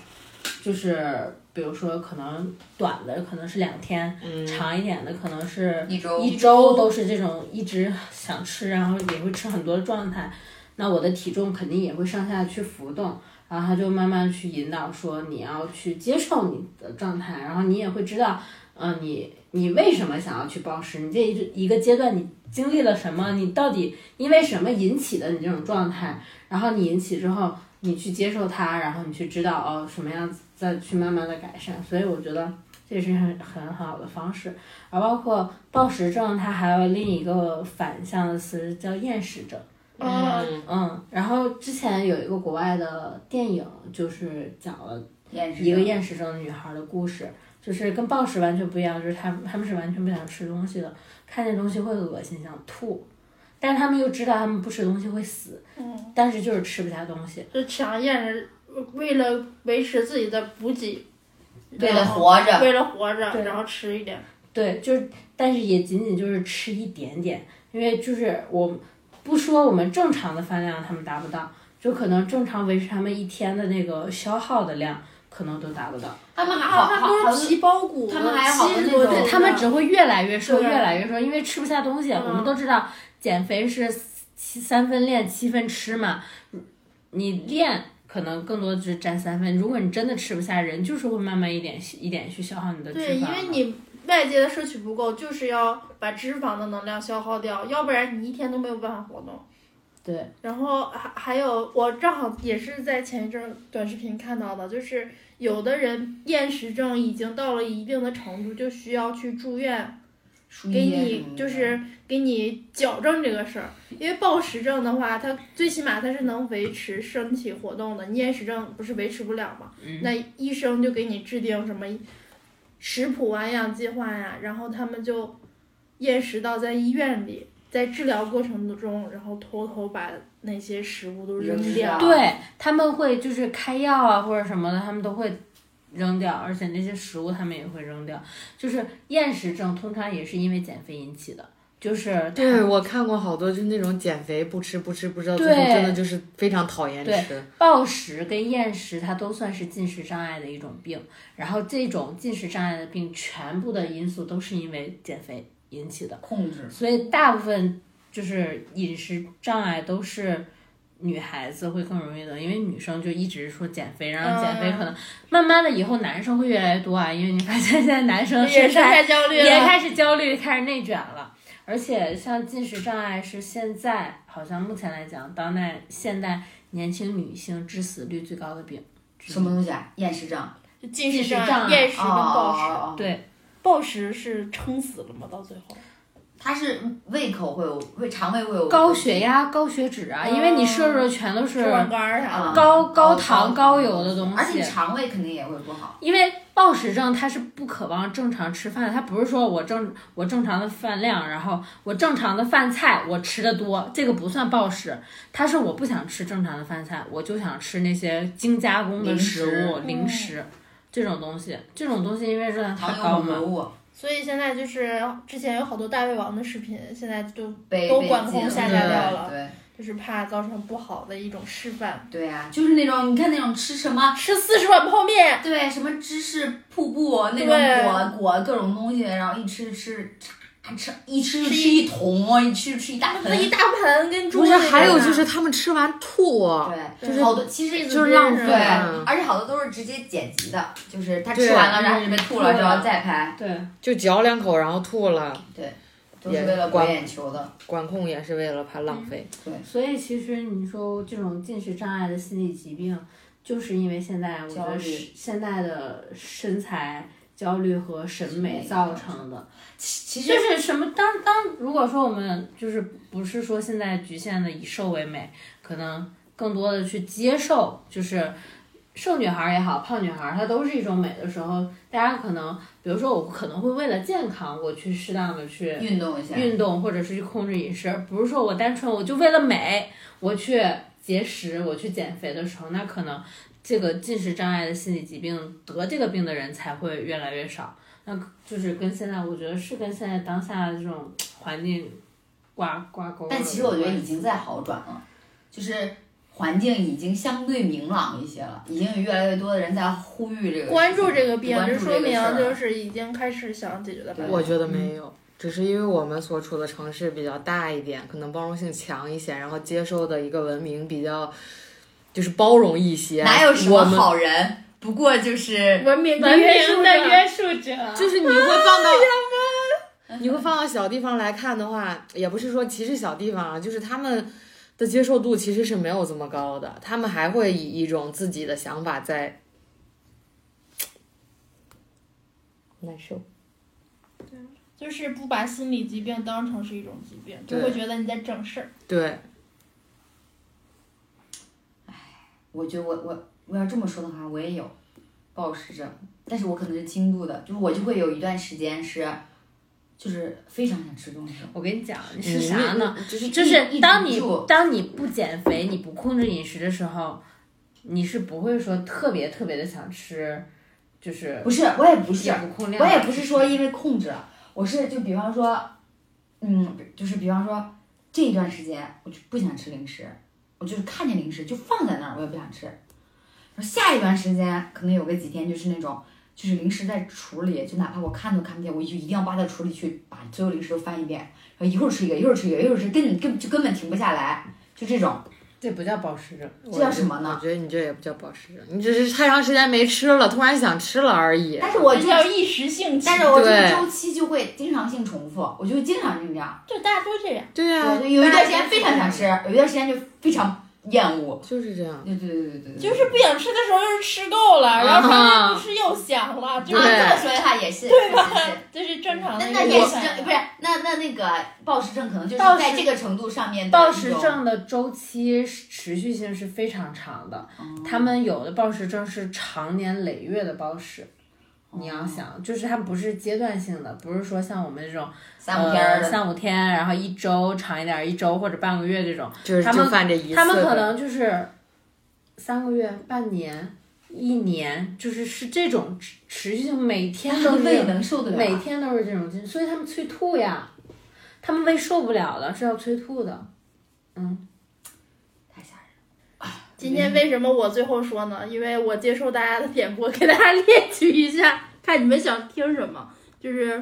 [SPEAKER 4] 就是比如说可能短的可能是两天，长一点的可能是
[SPEAKER 2] 嗯一周
[SPEAKER 4] 一周都是这种一直想吃，然后也会吃很多的状态，那我的体重肯定也会上下去浮动。然后他就慢慢去引导说你要去接受你的状态，然后你也会知道，嗯、你你为什么想要去暴食？你这一一个阶段你经历了什么？你到底因为什么引起的你这种状态？然后你引起之后，你去接受它，然后你去知道哦什么样子，再去慢慢的改善。所以我觉得这也是很很好的方式。而包括暴食症，它还有另一个反向的词叫厌食症。
[SPEAKER 3] 嗯，
[SPEAKER 4] 嗯，然后之前有一个国外的电影，就是讲了
[SPEAKER 2] 厌食
[SPEAKER 4] 一个
[SPEAKER 2] 症
[SPEAKER 4] 厌食症女孩的故事，就是跟暴食完全不一样，就是她她们是完全不想吃东西的，看见东西会恶心想吐，但是她们又知道她们不吃东西会死，
[SPEAKER 3] 嗯，
[SPEAKER 4] 但是就是吃不下东西。
[SPEAKER 3] 就强硬是为了维持自己的补给，
[SPEAKER 2] 为了
[SPEAKER 3] 然后
[SPEAKER 2] 活着
[SPEAKER 3] 为了活着，
[SPEAKER 4] 对
[SPEAKER 3] 然后吃一点。
[SPEAKER 4] 对，就是，但是也仅仅就是吃一点点，因为就是我不说我们正常的饭量他们达不到，就可能正常维持他们一天的那个消耗的量，可能都达不到。
[SPEAKER 2] 他们还
[SPEAKER 3] 啊
[SPEAKER 2] 好，
[SPEAKER 3] 那
[SPEAKER 2] 好
[SPEAKER 3] 都
[SPEAKER 2] 好
[SPEAKER 3] 是皮包骨，
[SPEAKER 2] 他们还好
[SPEAKER 3] 七十多
[SPEAKER 2] 那
[SPEAKER 3] 斤
[SPEAKER 2] 种
[SPEAKER 3] 的，
[SPEAKER 4] 他们只会越来越瘦，
[SPEAKER 3] 对
[SPEAKER 4] 越来越瘦，因为吃不下东西。
[SPEAKER 3] 嗯
[SPEAKER 4] 我们都知道，减肥是七三分练，七分吃嘛。你练可能更多只占三分，如果你真的吃不下，人就是会慢慢一点一点去消耗你的脂肪啊的。
[SPEAKER 3] 对，因为你外界的摄取不够，就是要把脂肪的能量消耗掉，要不然你一天都没有办法活动。
[SPEAKER 4] 对，
[SPEAKER 3] 然后还还有，我正好也是在前一阵儿短视频看到的，就是有的人厌食症已经到了一定的程度，就需要去住院，
[SPEAKER 2] 输
[SPEAKER 3] 给
[SPEAKER 2] 液什么
[SPEAKER 3] 你
[SPEAKER 2] 的
[SPEAKER 3] 就是给你矫正这个事儿。因为暴食症的话，它最起码它是能维持身体活动的，你厌食症不是维持不了吗？
[SPEAKER 4] 嗯，
[SPEAKER 3] 那医生就给你制定什么食谱啊、营养计划呀、然后他们就厌食到在医院里，在治疗过程中，然后偷偷把那些食物都扔
[SPEAKER 2] 扔
[SPEAKER 3] 掉
[SPEAKER 2] 掉。
[SPEAKER 4] 对他们会就是开药啊或者什么的，他们都会扔掉，而且那些食物他们也会扔掉。就是厌食症通常也是因为减肥引起的，就是
[SPEAKER 1] 对，我看过好多，就是那种减肥不吃不吃不知道，
[SPEAKER 4] 对
[SPEAKER 1] 最后真的就是非常讨厌
[SPEAKER 4] 对
[SPEAKER 1] 吃。
[SPEAKER 4] 暴食跟厌食，它都算是进食障碍的一种病。然后这种进食障碍的病，全部的因素都是因为减肥引起的。
[SPEAKER 2] 控制，
[SPEAKER 4] 所以大部分就是饮食障碍都是女孩子会更容易得，因为女生就一直说减肥，然后减
[SPEAKER 3] 嗯
[SPEAKER 4] 肥可能慢慢的以后男生会越来越多啊，因为你发现现在男生
[SPEAKER 3] 也
[SPEAKER 4] 身
[SPEAKER 3] 是
[SPEAKER 4] 材
[SPEAKER 3] 太焦虑
[SPEAKER 4] 也
[SPEAKER 3] 了，
[SPEAKER 4] 开始焦虑，开始内卷了。而且像进食障碍是现在好像目前来讲，当代现代年轻女性致死率最高的病。
[SPEAKER 2] 什么东西啊？厌食症，
[SPEAKER 3] 进
[SPEAKER 4] 进
[SPEAKER 3] 食
[SPEAKER 4] 食
[SPEAKER 3] 障
[SPEAKER 4] 障
[SPEAKER 3] 碍、
[SPEAKER 4] 碍
[SPEAKER 3] 厌食
[SPEAKER 2] 哦
[SPEAKER 3] 跟暴食。
[SPEAKER 2] 哦哦哦
[SPEAKER 4] 对
[SPEAKER 3] 暴食是撑死了吗？到最后，
[SPEAKER 2] 它是胃口会有，胃肠胃会有
[SPEAKER 4] 高血压、高血脂啊，因为你摄入的全都是
[SPEAKER 3] 脂肪肝儿啥的。
[SPEAKER 2] 啊
[SPEAKER 4] 高
[SPEAKER 2] 高
[SPEAKER 4] 糖、高
[SPEAKER 2] 高
[SPEAKER 4] 油的东
[SPEAKER 2] 而且
[SPEAKER 4] 西
[SPEAKER 2] 你。肠胃肯定也会不好。
[SPEAKER 4] 因为暴食症它是不渴望正常吃饭的，它不是说我正我正常的饭量，然后我正常的饭菜我吃的多，这个不算暴食，它是我不想吃正常的饭菜，我就想吃那些精加工的
[SPEAKER 2] 零
[SPEAKER 4] 食
[SPEAKER 2] 食嗯
[SPEAKER 4] 物、零食。这种东西，这种东西因为热量太
[SPEAKER 2] 糖油
[SPEAKER 4] 高
[SPEAKER 2] 混合
[SPEAKER 4] 嘛，
[SPEAKER 2] 物
[SPEAKER 3] 所以现在就是之前有好多大胃王的视频，现在就
[SPEAKER 2] 被
[SPEAKER 3] 都
[SPEAKER 2] 被
[SPEAKER 3] 管
[SPEAKER 2] 禁
[SPEAKER 3] 控
[SPEAKER 2] 了
[SPEAKER 3] 下
[SPEAKER 1] 架掉
[SPEAKER 3] 了
[SPEAKER 2] 对，
[SPEAKER 3] 就是怕造成不好的一种示范。
[SPEAKER 2] 对呀、就是那种你看那种吃什么。
[SPEAKER 3] 吃四十碗泡面，
[SPEAKER 2] 对，什么芝士瀑布啊那
[SPEAKER 3] 对
[SPEAKER 2] 种果果各种东西，然后一吃吃吃吃一吃就吃一桶，啊一吃就吃一大盆
[SPEAKER 3] 那。一大盆跟猪
[SPEAKER 1] 不是，
[SPEAKER 3] 那种
[SPEAKER 1] 还有
[SPEAKER 3] 的
[SPEAKER 1] 就是他们吃完吐，
[SPEAKER 2] 对，
[SPEAKER 1] 就是
[SPEAKER 2] 好多其实
[SPEAKER 1] 就是浪费
[SPEAKER 2] 对
[SPEAKER 1] 嗯，
[SPEAKER 2] 而且好多都是直接剪辑的，就是他
[SPEAKER 1] 对
[SPEAKER 2] 吃完了，然后就被吐了，
[SPEAKER 4] 吐了
[SPEAKER 2] 然后再拍，
[SPEAKER 4] 对，
[SPEAKER 1] 就嚼两口然后吐了。
[SPEAKER 2] 都是为了博
[SPEAKER 1] 管
[SPEAKER 2] 眼球的。
[SPEAKER 1] 管控也是为了怕浪费。
[SPEAKER 4] 所以其实你说这种进食障碍的心理疾病，就是因为现在我觉
[SPEAKER 2] 焦
[SPEAKER 4] 得
[SPEAKER 2] 虑
[SPEAKER 4] 是现在的身材焦虑和审美造成的。
[SPEAKER 2] 其
[SPEAKER 4] 就
[SPEAKER 2] 实
[SPEAKER 4] 是什么当当，如果说我们就是不是说现在局限的以瘦为美，可能更多的去接受，就是瘦女孩儿也好，胖女孩儿她都是一种美的时候，大家可能比如说我可能会为了健康，我去适当的去
[SPEAKER 2] 运动一下，
[SPEAKER 4] 运动或者是去控制饮食，不是说我单纯我就为了美我去节食我去减肥的时候，那可能这个进食障碍的心理疾病得这个病的人才会越来越少。那就是跟现在我觉得是跟现在当下的这种环境挂挂钩。
[SPEAKER 2] 但其实我觉得已经在好转了，就是环境已经相对明朗一些了，已经有越来越多的人在呼吁这个
[SPEAKER 3] 关注
[SPEAKER 2] 事情
[SPEAKER 3] 这个病，
[SPEAKER 2] 关
[SPEAKER 3] 这
[SPEAKER 2] 注
[SPEAKER 3] 说
[SPEAKER 2] 个事
[SPEAKER 3] 明
[SPEAKER 2] 儿
[SPEAKER 3] 就
[SPEAKER 2] 了
[SPEAKER 3] 是已经开始想解决的办法。
[SPEAKER 1] 我觉得
[SPEAKER 2] 嗯
[SPEAKER 1] 没有，只是因为我们所处的城市比较大一点，可能包容性强一些，然后接受的一个文明比较就是包容一些。
[SPEAKER 2] 哪有什
[SPEAKER 1] 我
[SPEAKER 2] 么
[SPEAKER 1] 们
[SPEAKER 2] 好人，不过就是
[SPEAKER 3] 文明
[SPEAKER 4] 文
[SPEAKER 3] 约束
[SPEAKER 4] 明的
[SPEAKER 3] 着
[SPEAKER 4] 约束者，
[SPEAKER 1] 就是你会放到，你会放到小地方来看的话，也不是说歧视小地方啊，就是他们的接受度其实是没有这么高的，他们还会以一种自己的想法在。难受，
[SPEAKER 3] 就是不把心理疾病当成是一种疾病，就
[SPEAKER 1] 对
[SPEAKER 3] 会觉得你在整事儿。
[SPEAKER 1] 对，
[SPEAKER 2] 我觉得我我我要这么说的话，我也有暴食症，但是我可能是轻度的，就是我就会有一段时间是，就是非常想吃东西，
[SPEAKER 4] 我跟你讲是啥呢？
[SPEAKER 2] 嗯就是
[SPEAKER 4] 嗯就
[SPEAKER 2] 抑
[SPEAKER 4] 是当
[SPEAKER 2] 抑制
[SPEAKER 4] 你
[SPEAKER 2] 不住
[SPEAKER 4] 当你不减肥、你不控制饮食的时候，你是不会说特别特别的想吃，就是
[SPEAKER 2] 不是我也不是
[SPEAKER 4] 也，不控量，啊
[SPEAKER 2] 我也不是说因为控制了，我是就比方说，嗯，就是比方说这一段时间我就不想吃零食，我就是看见零食就放在那儿，我也不想吃。然后下一段时间可能有个几天就是那种，就是零食在橱里，就哪怕我看都看不见，我就一定要扒到橱里去把所有零食都翻一遍，然后一会儿吃一个，一会儿吃一个，一会儿吃一个，根根就根本停不下来，就这种。
[SPEAKER 4] 这不叫暴食症。
[SPEAKER 2] 这叫什么呢
[SPEAKER 1] 我觉得你这也不叫暴食，你只是太长时间没吃了，突然想吃了而已。
[SPEAKER 2] 但是我
[SPEAKER 3] 这
[SPEAKER 2] 就，
[SPEAKER 3] 叫一时兴起，
[SPEAKER 2] 但是我这个
[SPEAKER 1] 对
[SPEAKER 2] 周期就会经常性重复，我就会经常性这样。
[SPEAKER 3] 就大家都这样。
[SPEAKER 1] 对呀、
[SPEAKER 2] 对，啊有一段时间非常想吃，有一段时间就非常厌恶。
[SPEAKER 1] 就是这样。
[SPEAKER 2] 对对对对对，
[SPEAKER 3] 就是不想吃的时候又是吃够了，然后中间不吃又想了，就
[SPEAKER 2] 啊，
[SPEAKER 3] 是
[SPEAKER 1] 啊对
[SPEAKER 2] 这么说的话也是，对吧？
[SPEAKER 3] 这是正常
[SPEAKER 2] 那
[SPEAKER 3] 的一
[SPEAKER 2] 那
[SPEAKER 3] 个
[SPEAKER 2] 也
[SPEAKER 3] 过
[SPEAKER 2] 是
[SPEAKER 3] 程。
[SPEAKER 2] 不是？那那那个暴食症可能就是
[SPEAKER 4] 暴食
[SPEAKER 2] 在这个程度上面的
[SPEAKER 4] 暴食
[SPEAKER 2] 一种，
[SPEAKER 4] 症的周期是持续性是非常长的，
[SPEAKER 1] 哦
[SPEAKER 2] 嗯
[SPEAKER 4] 他们有的暴食症是常年累月的暴食。你
[SPEAKER 1] 哦
[SPEAKER 4] 要想，就是它不是阶段性的，不是说像我们这种
[SPEAKER 2] 三五天儿
[SPEAKER 4] 呃、
[SPEAKER 2] 的，
[SPEAKER 4] 三 五天，然后一周长一点儿，一周或者半个月这种，
[SPEAKER 1] 就是
[SPEAKER 4] 他们
[SPEAKER 1] 就犯这一次，
[SPEAKER 4] 他们可能就是三个月、半年、一年，就是是这种持持续性，每天
[SPEAKER 2] 那
[SPEAKER 4] 都
[SPEAKER 2] 胃
[SPEAKER 4] 是
[SPEAKER 2] 能受得
[SPEAKER 4] 每
[SPEAKER 2] 了？
[SPEAKER 4] 天都是这种劲，所以他们催吐呀，他们胃受不了了是要催吐的。
[SPEAKER 2] 太吓人
[SPEAKER 3] 今天为什么我最后说呢？因为我接受大家的点播，给大家列举一下，看你们想听什么，就是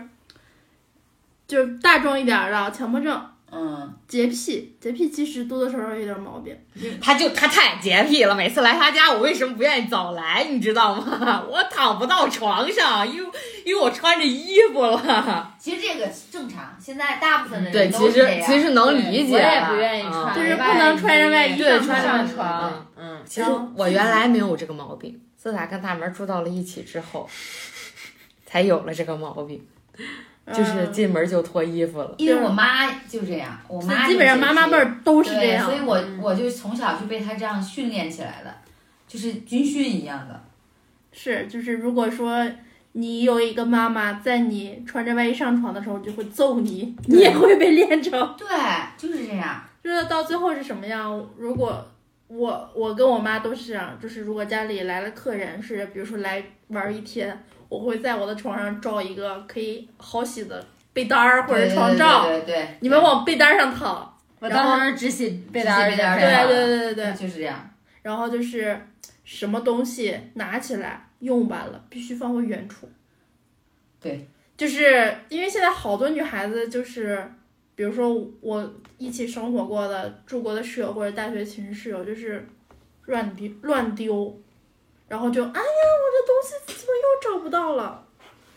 [SPEAKER 3] 就是大众一点儿的强迫症、
[SPEAKER 2] 了。
[SPEAKER 3] 洁癖，洁癖其实多多少少有点毛病。
[SPEAKER 1] 他就他太洁癖了。每次来他家，我为什么不愿意早来？你知道吗？ 我躺不到床上，因为因为我穿着衣服了。
[SPEAKER 2] 嗯，其实这个正常，现在大部分的
[SPEAKER 1] 对，
[SPEAKER 2] 人
[SPEAKER 1] 其
[SPEAKER 2] 都是这
[SPEAKER 1] 实
[SPEAKER 2] 样。
[SPEAKER 1] 其实能理解
[SPEAKER 4] 我
[SPEAKER 1] 了，
[SPEAKER 4] 也不愿意穿，
[SPEAKER 3] 就是
[SPEAKER 1] 嗯
[SPEAKER 3] 不能穿着外衣
[SPEAKER 1] 对
[SPEAKER 4] 不
[SPEAKER 1] 穿着外
[SPEAKER 4] 上
[SPEAKER 1] 衣
[SPEAKER 4] 床。嗯，
[SPEAKER 1] 其实我原来没有这个毛病，自打跟大门住到了一起之后，才有了这个毛病，就是
[SPEAKER 3] 嗯
[SPEAKER 1] 进门就脱衣服了。
[SPEAKER 2] 因为我妈就这样，我妈
[SPEAKER 3] 基本上妈妈辈
[SPEAKER 2] 儿
[SPEAKER 3] 儿都是这样
[SPEAKER 2] 所。以我我就从小就被她这样训练起来的，就是军训一样的。
[SPEAKER 3] 是，就是如果说你有一个妈妈在你穿着外衣上床的时候就会揍你，你也会被练成。
[SPEAKER 2] 对，就是这样。
[SPEAKER 3] 就是到最后是什么样？如果我我跟我妈都是这样，就是如果家里来了客人，是比如说来玩一天，我会在我的床上罩一个可以好洗的被单儿或者床罩，
[SPEAKER 2] 对对对对对
[SPEAKER 3] 你们往被单上躺，
[SPEAKER 4] 我
[SPEAKER 3] 然后
[SPEAKER 4] 当时只写贝达
[SPEAKER 2] 只
[SPEAKER 4] 尔
[SPEAKER 2] 写贝
[SPEAKER 4] 就
[SPEAKER 2] 达尔
[SPEAKER 4] 可以
[SPEAKER 2] 对
[SPEAKER 4] 了
[SPEAKER 3] 对对对对对，
[SPEAKER 2] 就是这样。
[SPEAKER 3] 然后就是什么东西拿起来用完了，必须放回原处。
[SPEAKER 2] 对，
[SPEAKER 3] 就是因为现在好多女孩子就是，比如说我一起生活过的、住过的室友或者大学寝室室友，就是乱丢乱丢，然后就哎呀，我这东西怎么又找不到了？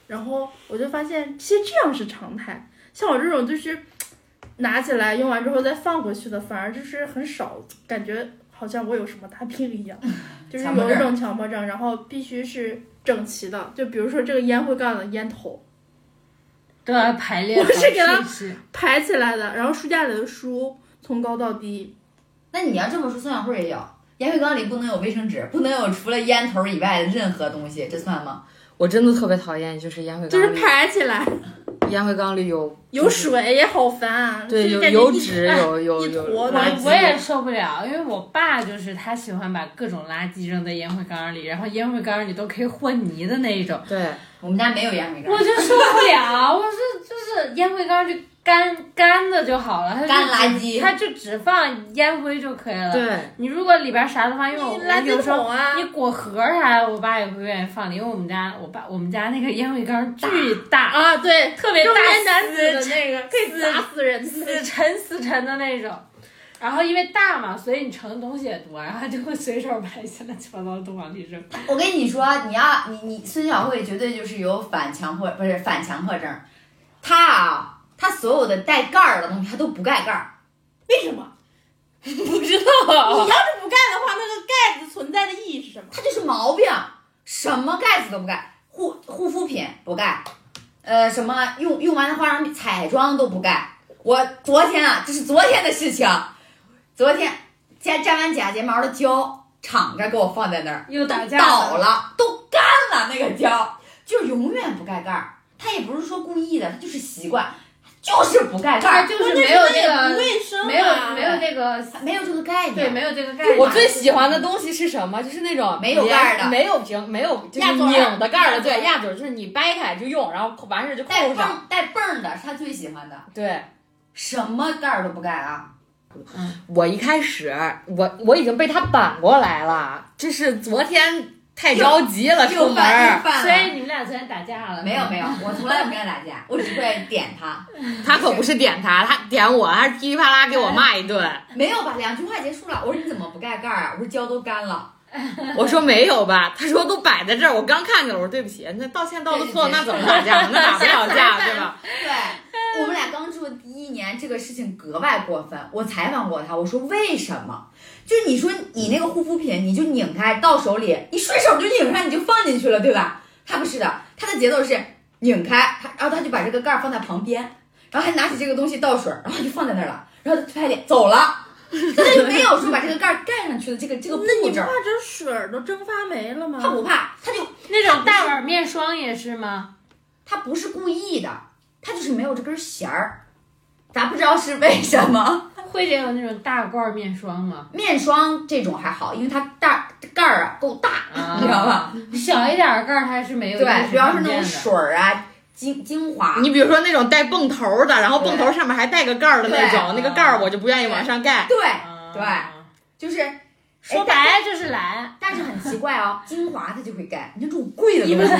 [SPEAKER 3] 然后我就发现，其实这样是常态。像我这种就是拿起来用完之后再放回去的，反而就是很少，感觉好像我有什么大病一样，就
[SPEAKER 2] 嗯
[SPEAKER 3] 是
[SPEAKER 2] 强迫
[SPEAKER 3] 有一
[SPEAKER 2] 症
[SPEAKER 3] 种强迫症，然后必须是整齐的。就比如说这个烟灰缸的烟头
[SPEAKER 4] 都要排列好。
[SPEAKER 3] 我是给他
[SPEAKER 4] 顺序
[SPEAKER 3] 排起来的，然后书架里的书从高到低，
[SPEAKER 2] 那你要这么说，宋小慧也有烟灰缸里不能有卫生纸，不能有除了烟头以外的任何东西，这算吗？
[SPEAKER 1] 我真的特别讨厌，就是烟灰
[SPEAKER 3] 就
[SPEAKER 1] 缸
[SPEAKER 3] 是
[SPEAKER 1] 里，
[SPEAKER 3] 排起 来，
[SPEAKER 1] 烟灰缸里有
[SPEAKER 3] 有，水也好烦啊。
[SPEAKER 1] 对，
[SPEAKER 3] 就
[SPEAKER 1] 有
[SPEAKER 3] 感觉
[SPEAKER 1] 有
[SPEAKER 3] 一
[SPEAKER 1] 纸，
[SPEAKER 3] 哎
[SPEAKER 1] 有有
[SPEAKER 3] 一
[SPEAKER 1] 有
[SPEAKER 3] 坨的
[SPEAKER 1] 垃
[SPEAKER 4] 我
[SPEAKER 1] 圾
[SPEAKER 4] 我也受不了，因为我爸就是他喜欢把各种垃圾扔在烟灰缸里，然后烟灰缸里都可以和泥的那一种，
[SPEAKER 1] 对，
[SPEAKER 2] 我们家没有烟灰
[SPEAKER 4] 我
[SPEAKER 2] 缸，
[SPEAKER 4] 就受不了。我是就是烟灰缸就干干的就好了，它就
[SPEAKER 2] 干垃
[SPEAKER 4] 只
[SPEAKER 2] 圾。
[SPEAKER 4] 它就只放烟灰就可以了。
[SPEAKER 1] 对，
[SPEAKER 4] 你如果里边啥都放，因为我
[SPEAKER 3] 垃
[SPEAKER 4] 有
[SPEAKER 3] 圾
[SPEAKER 4] 时候
[SPEAKER 3] 桶啊，
[SPEAKER 4] 你果核啥的，我爸也不愿意放里，因为我们家我爸我们家那个烟灰缸巨大，
[SPEAKER 3] 啊，对，
[SPEAKER 4] 特别
[SPEAKER 3] 中
[SPEAKER 4] 大，
[SPEAKER 3] 年男子
[SPEAKER 4] 死
[SPEAKER 3] 的那个可以砸死人的那
[SPEAKER 4] 死
[SPEAKER 3] 种，
[SPEAKER 4] 沉死沉的那种。然后因为大嘛，所以你盛的东西也多，然后就会随手把一些乱七八糟的都往里扔。
[SPEAKER 2] 我跟你说，你要你你孙小慧绝对就是有反强迫，不是反强迫症。她啊，她所有的带盖儿的东西，她都不盖盖儿。
[SPEAKER 3] 为 什么？
[SPEAKER 1] 不知道
[SPEAKER 3] 你要是不盖的话，那个盖子存在的意义是什么？
[SPEAKER 2] 她就是毛病，什么盖子都不盖，护护肤品不盖，呃，什么用用完的化妆品、彩妆都不盖。我昨天啊，这是昨天的事情，昨天粘粘完假睫毛的胶敞着给我放在那儿，
[SPEAKER 4] 又打架
[SPEAKER 2] 倒，了，都干了那个胶，就永远不盖盖儿。他也不是说故意的，他就是习惯，就是不盖盖
[SPEAKER 4] 它
[SPEAKER 2] 儿，
[SPEAKER 4] 就是没有
[SPEAKER 3] 关键是它
[SPEAKER 4] 这
[SPEAKER 3] 也不
[SPEAKER 4] 个，
[SPEAKER 3] 卫生
[SPEAKER 4] 没有
[SPEAKER 3] 啊
[SPEAKER 4] 没有这个，
[SPEAKER 2] 没有这个概念。
[SPEAKER 4] 对，没有这个概
[SPEAKER 2] 就
[SPEAKER 4] 念。
[SPEAKER 1] 我最喜欢的东西是什么？就是那种
[SPEAKER 2] 没有盖儿的
[SPEAKER 1] 连没有瓶，没有就是
[SPEAKER 3] 压嘴儿
[SPEAKER 1] 拧的盖儿的，
[SPEAKER 3] 压嘴儿
[SPEAKER 1] 对，压嘴儿就是你掰开就用，然后完事儿就
[SPEAKER 2] 带
[SPEAKER 1] 扣
[SPEAKER 2] 泵
[SPEAKER 1] 上。
[SPEAKER 2] 儿带泵儿的是他最喜欢的，
[SPEAKER 1] 对
[SPEAKER 2] 什么盖儿都不盖啊。
[SPEAKER 1] 我一开始，我我已经被他扳过来了，这是昨天太着急 了，出
[SPEAKER 2] 又
[SPEAKER 1] 门
[SPEAKER 2] 犯
[SPEAKER 1] 儿
[SPEAKER 2] 又犯
[SPEAKER 4] 所以
[SPEAKER 2] 了。
[SPEAKER 4] 你们俩昨天打架了？
[SPEAKER 2] 没有没有，我从来不跟他打架，我只会点他，
[SPEAKER 1] 他可不是点他，他点我，他噼里啪啦给我骂一顿。
[SPEAKER 2] 没有吧？两句话结束了。我说你怎么不盖盖儿啊？我说胶都干了。
[SPEAKER 1] 我说没有吧，他说都摆在这儿，我刚看见了，我说对不起，那道歉道个错，那怎么打架？ 那打不了架对吧？
[SPEAKER 2] 对，我们俩刚住的第一年，这个事情格外过分。我采访过他，我说为什么？就你说你那个护肤品，你就拧开到手里，你顺手就拧开，你就放进去了，对吧？他不是的，他的节奏是拧开，他然后他就把这个盖儿放在旁边，然后还拿起这个东西倒水，然后就放在那儿了，然后他拍脸走了。他就没有说把这个盖儿盖上去的这个这个
[SPEAKER 3] 那
[SPEAKER 2] 步
[SPEAKER 3] 你不嗯
[SPEAKER 2] 骤
[SPEAKER 3] 怕，这水儿都蒸发没了吗？
[SPEAKER 2] 他不怕，他就
[SPEAKER 4] 那种大碗面霜也是吗？
[SPEAKER 2] 他不是故意的，他就是没有这根弦儿，咱不知道是为什么。
[SPEAKER 4] 会这种那种大罐面霜 吗？
[SPEAKER 2] 面霜这种还好，因为它大盖儿啊够大，
[SPEAKER 4] 啊
[SPEAKER 2] 你知道吧？
[SPEAKER 4] 小一点儿盖儿它是没有意
[SPEAKER 2] 对，
[SPEAKER 4] 识
[SPEAKER 2] 主要是那
[SPEAKER 4] 看见
[SPEAKER 2] 种
[SPEAKER 4] 的
[SPEAKER 2] 水儿啊、精精华，
[SPEAKER 1] 你比如说那种带泵头的，然后泵头上面还带个盖儿的那种，
[SPEAKER 4] 对
[SPEAKER 1] 那个盖儿我就不愿意往上盖。
[SPEAKER 2] 对，哎
[SPEAKER 4] 啊
[SPEAKER 2] 对就是，
[SPEAKER 4] 说白了就是懒。
[SPEAKER 2] 但是很奇怪哦，精华它就会盖，你看这种贵的
[SPEAKER 1] 你
[SPEAKER 2] 东
[SPEAKER 1] 们
[SPEAKER 2] 西，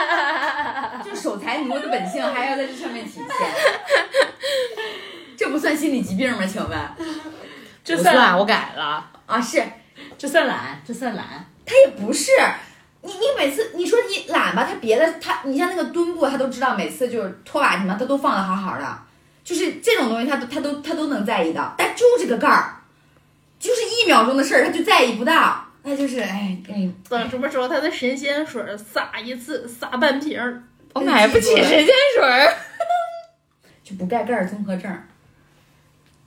[SPEAKER 2] 就守财奴的本性还要在这上面体现，这不算心理疾病吗？请问
[SPEAKER 4] 这
[SPEAKER 1] 不
[SPEAKER 4] 算
[SPEAKER 1] 算，我改了。
[SPEAKER 2] 啊，是
[SPEAKER 4] 这算懒，这算懒。
[SPEAKER 2] 它也不是。你你每次你说你懒吧，他别的他，你像那个墩布，他都知道，每次就是拖把什么，他都放的好好的，就是这种东西他都他都他都能在意到，但就这个盖儿，就是一秒钟的事儿，他就在意不到，他就是哎哎，
[SPEAKER 3] 等什么时候它的神仙水儿撒一次，撒半瓶儿，
[SPEAKER 1] 我买不起神仙水儿。
[SPEAKER 2] 就不盖盖儿综合症儿，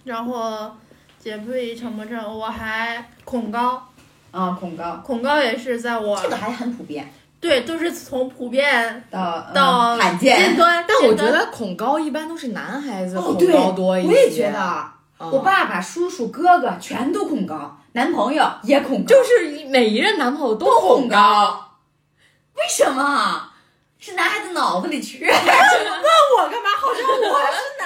[SPEAKER 3] 然后减肥强迫症，我还恐高，
[SPEAKER 2] 啊，恐高，
[SPEAKER 3] 恐高也是在我
[SPEAKER 2] 这个还很普遍，
[SPEAKER 3] 对都是从普遍
[SPEAKER 2] 到、嗯、
[SPEAKER 3] 到
[SPEAKER 2] 罕
[SPEAKER 3] 尖
[SPEAKER 2] 见，
[SPEAKER 3] 端，
[SPEAKER 1] 但我
[SPEAKER 3] 尖
[SPEAKER 1] 觉
[SPEAKER 3] 端
[SPEAKER 1] 得恐高一般都是男孩子
[SPEAKER 2] 哦
[SPEAKER 1] 恐
[SPEAKER 2] 对
[SPEAKER 1] 高多一些。
[SPEAKER 2] 我也觉得，
[SPEAKER 1] 嗯，
[SPEAKER 2] 我爸爸、叔叔、哥哥全都恐高，男朋友也恐高，
[SPEAKER 1] 就是每一任男朋友都
[SPEAKER 2] 都恐
[SPEAKER 1] 高。
[SPEAKER 2] 高，为什么？是男孩子脑子里 去。
[SPEAKER 1] 我干嘛？好像我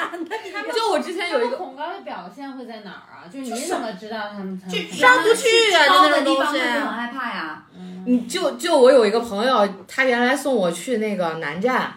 [SPEAKER 2] 男的，你他
[SPEAKER 1] 就我之前有一个，
[SPEAKER 4] 恐高的表现会在哪儿啊？就你怎么知道他们他们
[SPEAKER 2] 就
[SPEAKER 3] 上不去啊
[SPEAKER 2] 高
[SPEAKER 3] 就那
[SPEAKER 2] 的地
[SPEAKER 3] 种东
[SPEAKER 2] 方
[SPEAKER 3] 西
[SPEAKER 2] 会很害怕呀。
[SPEAKER 1] 你就就我有一个朋友，他原来送我去那个南站，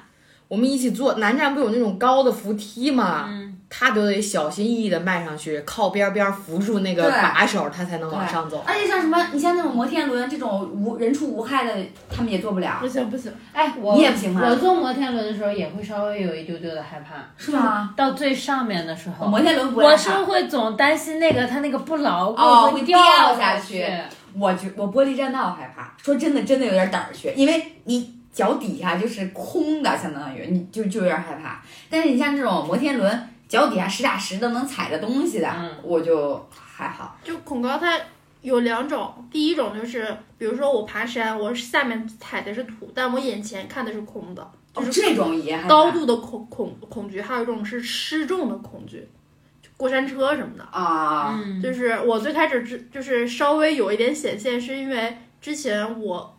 [SPEAKER 1] 我们一起坐南站不有那种高的扶梯吗？
[SPEAKER 4] 嗯，
[SPEAKER 1] 他都得小心翼翼的迈上去，靠边边扶住那个
[SPEAKER 2] 对哎
[SPEAKER 1] 把手，他才能往上走。
[SPEAKER 2] 而且像什么，你像那种摩天轮这种无人畜无害的，他们也做不了
[SPEAKER 3] 不。行不行，
[SPEAKER 4] 哎，我
[SPEAKER 2] 你也不行吗
[SPEAKER 4] 我坐摩天轮的时候也会稍微有一丢丢的害怕，
[SPEAKER 2] 是吗？
[SPEAKER 4] 到最上面的时候，
[SPEAKER 2] 摩天轮不
[SPEAKER 4] 我
[SPEAKER 2] 会
[SPEAKER 4] 是
[SPEAKER 2] 怕
[SPEAKER 4] 会总担心那个它那个不牢固、
[SPEAKER 2] 哦
[SPEAKER 4] 会
[SPEAKER 2] 会
[SPEAKER 4] 掉
[SPEAKER 2] 掉
[SPEAKER 4] 下
[SPEAKER 2] 下去我觉我玻璃栈道害怕，说真的，真的有点胆儿怯，因为你脚底下就是空的，相当于你就就有点害怕。但是你像这种摩天轮，脚底下实打实的能踩着东西的，
[SPEAKER 4] 嗯
[SPEAKER 2] 我就还好。
[SPEAKER 3] 就恐高它有两种，第一种就是比如说我爬山，我下面踩的是土，但我眼前看的是空的，就
[SPEAKER 2] 就是是哦这种也害怕
[SPEAKER 3] 高度的恐恐恐惧，还有一种是失重的恐惧，就过山车什么的。
[SPEAKER 2] 啊，
[SPEAKER 4] 嗯，
[SPEAKER 3] 就是我最开始之就是稍微有一点显现，是因为之前我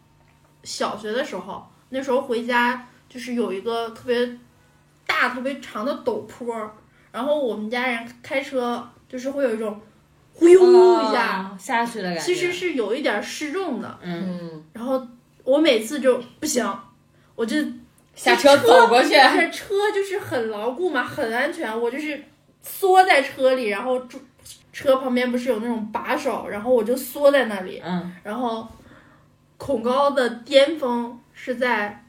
[SPEAKER 3] 小学的时候，那时候回家就是有一个特别大、特别长的陡坡儿，然后我们家人开车就是会有一种忽悠一下，
[SPEAKER 4] 哦下去的感觉。
[SPEAKER 3] 其实是有一点失重的。
[SPEAKER 4] 嗯，
[SPEAKER 1] 嗯，
[SPEAKER 3] 然后我每次就不行，我就
[SPEAKER 1] 下车 走过去，
[SPEAKER 3] 这车就是很牢固嘛，很安全。我就是缩在车里，然后住车旁边不是有那种把手，然后我就缩在那里。
[SPEAKER 4] 嗯，
[SPEAKER 3] 然后恐高的巅峰是在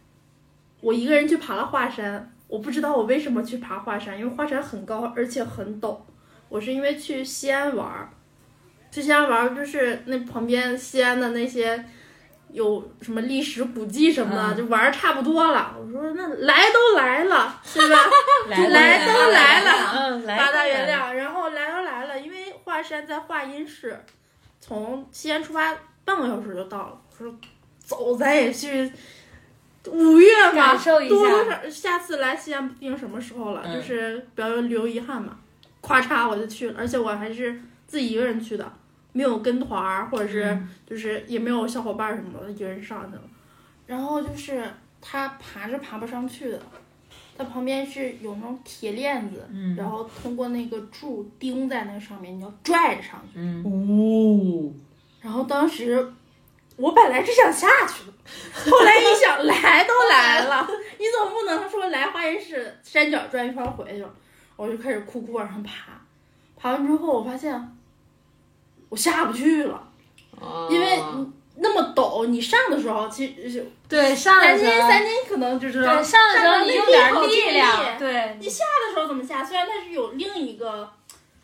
[SPEAKER 3] 我一个人去爬了华山，我不知道我为什么去爬华山，因为华山很高而且很陡。我是因为去西安玩儿，去西安玩儿就是那旁边西安的那些有什么历史古迹什么的，
[SPEAKER 4] 嗯
[SPEAKER 3] 就玩儿差不多了。我说那来都来了，对吧？
[SPEAKER 4] 来
[SPEAKER 3] 来都来了
[SPEAKER 4] 嗯，来
[SPEAKER 3] 八大
[SPEAKER 4] 都来
[SPEAKER 3] 原
[SPEAKER 4] 了。
[SPEAKER 3] 谅，然后来都来了，因为华山在华阴市，从西安出发半个小时就到了。我说走，咱也去五月嘛，
[SPEAKER 4] 感受一下
[SPEAKER 3] 多多少下次来西安不定什么时候了，
[SPEAKER 4] 嗯
[SPEAKER 3] 就是不要留遗憾嘛。咔嚓我就去了，而且我还是自己一个人去的，没有跟团儿，或者是
[SPEAKER 4] 嗯
[SPEAKER 3] 就是也没有小伙伴儿什么的，一个人上去了。然后就是他爬是爬不上去的，它旁边是有那种铁链子，
[SPEAKER 4] 嗯
[SPEAKER 3] 然后通过那个柱钉在那个上面，你要拽着上去。
[SPEAKER 4] 嗯，
[SPEAKER 1] 哦，
[SPEAKER 3] 然后当时我本来是想下去的，后来一想 来都来了，你总不能说来花园市山脚转一圈回去吧，我就开始哭哭往上爬。爬完之后，我发现我下不去了，
[SPEAKER 1] 哦
[SPEAKER 3] 因为你那么陡，你上的时候其实
[SPEAKER 4] 对，上
[SPEAKER 3] 三
[SPEAKER 4] 的
[SPEAKER 3] 斤
[SPEAKER 4] 时候，
[SPEAKER 3] 三斤可能就知
[SPEAKER 4] 对，
[SPEAKER 3] 道
[SPEAKER 4] 上的时候你用点力
[SPEAKER 3] 上的
[SPEAKER 4] 量，
[SPEAKER 3] 力
[SPEAKER 4] 对，
[SPEAKER 3] 你下的时候怎么下？虽然它是有另一个，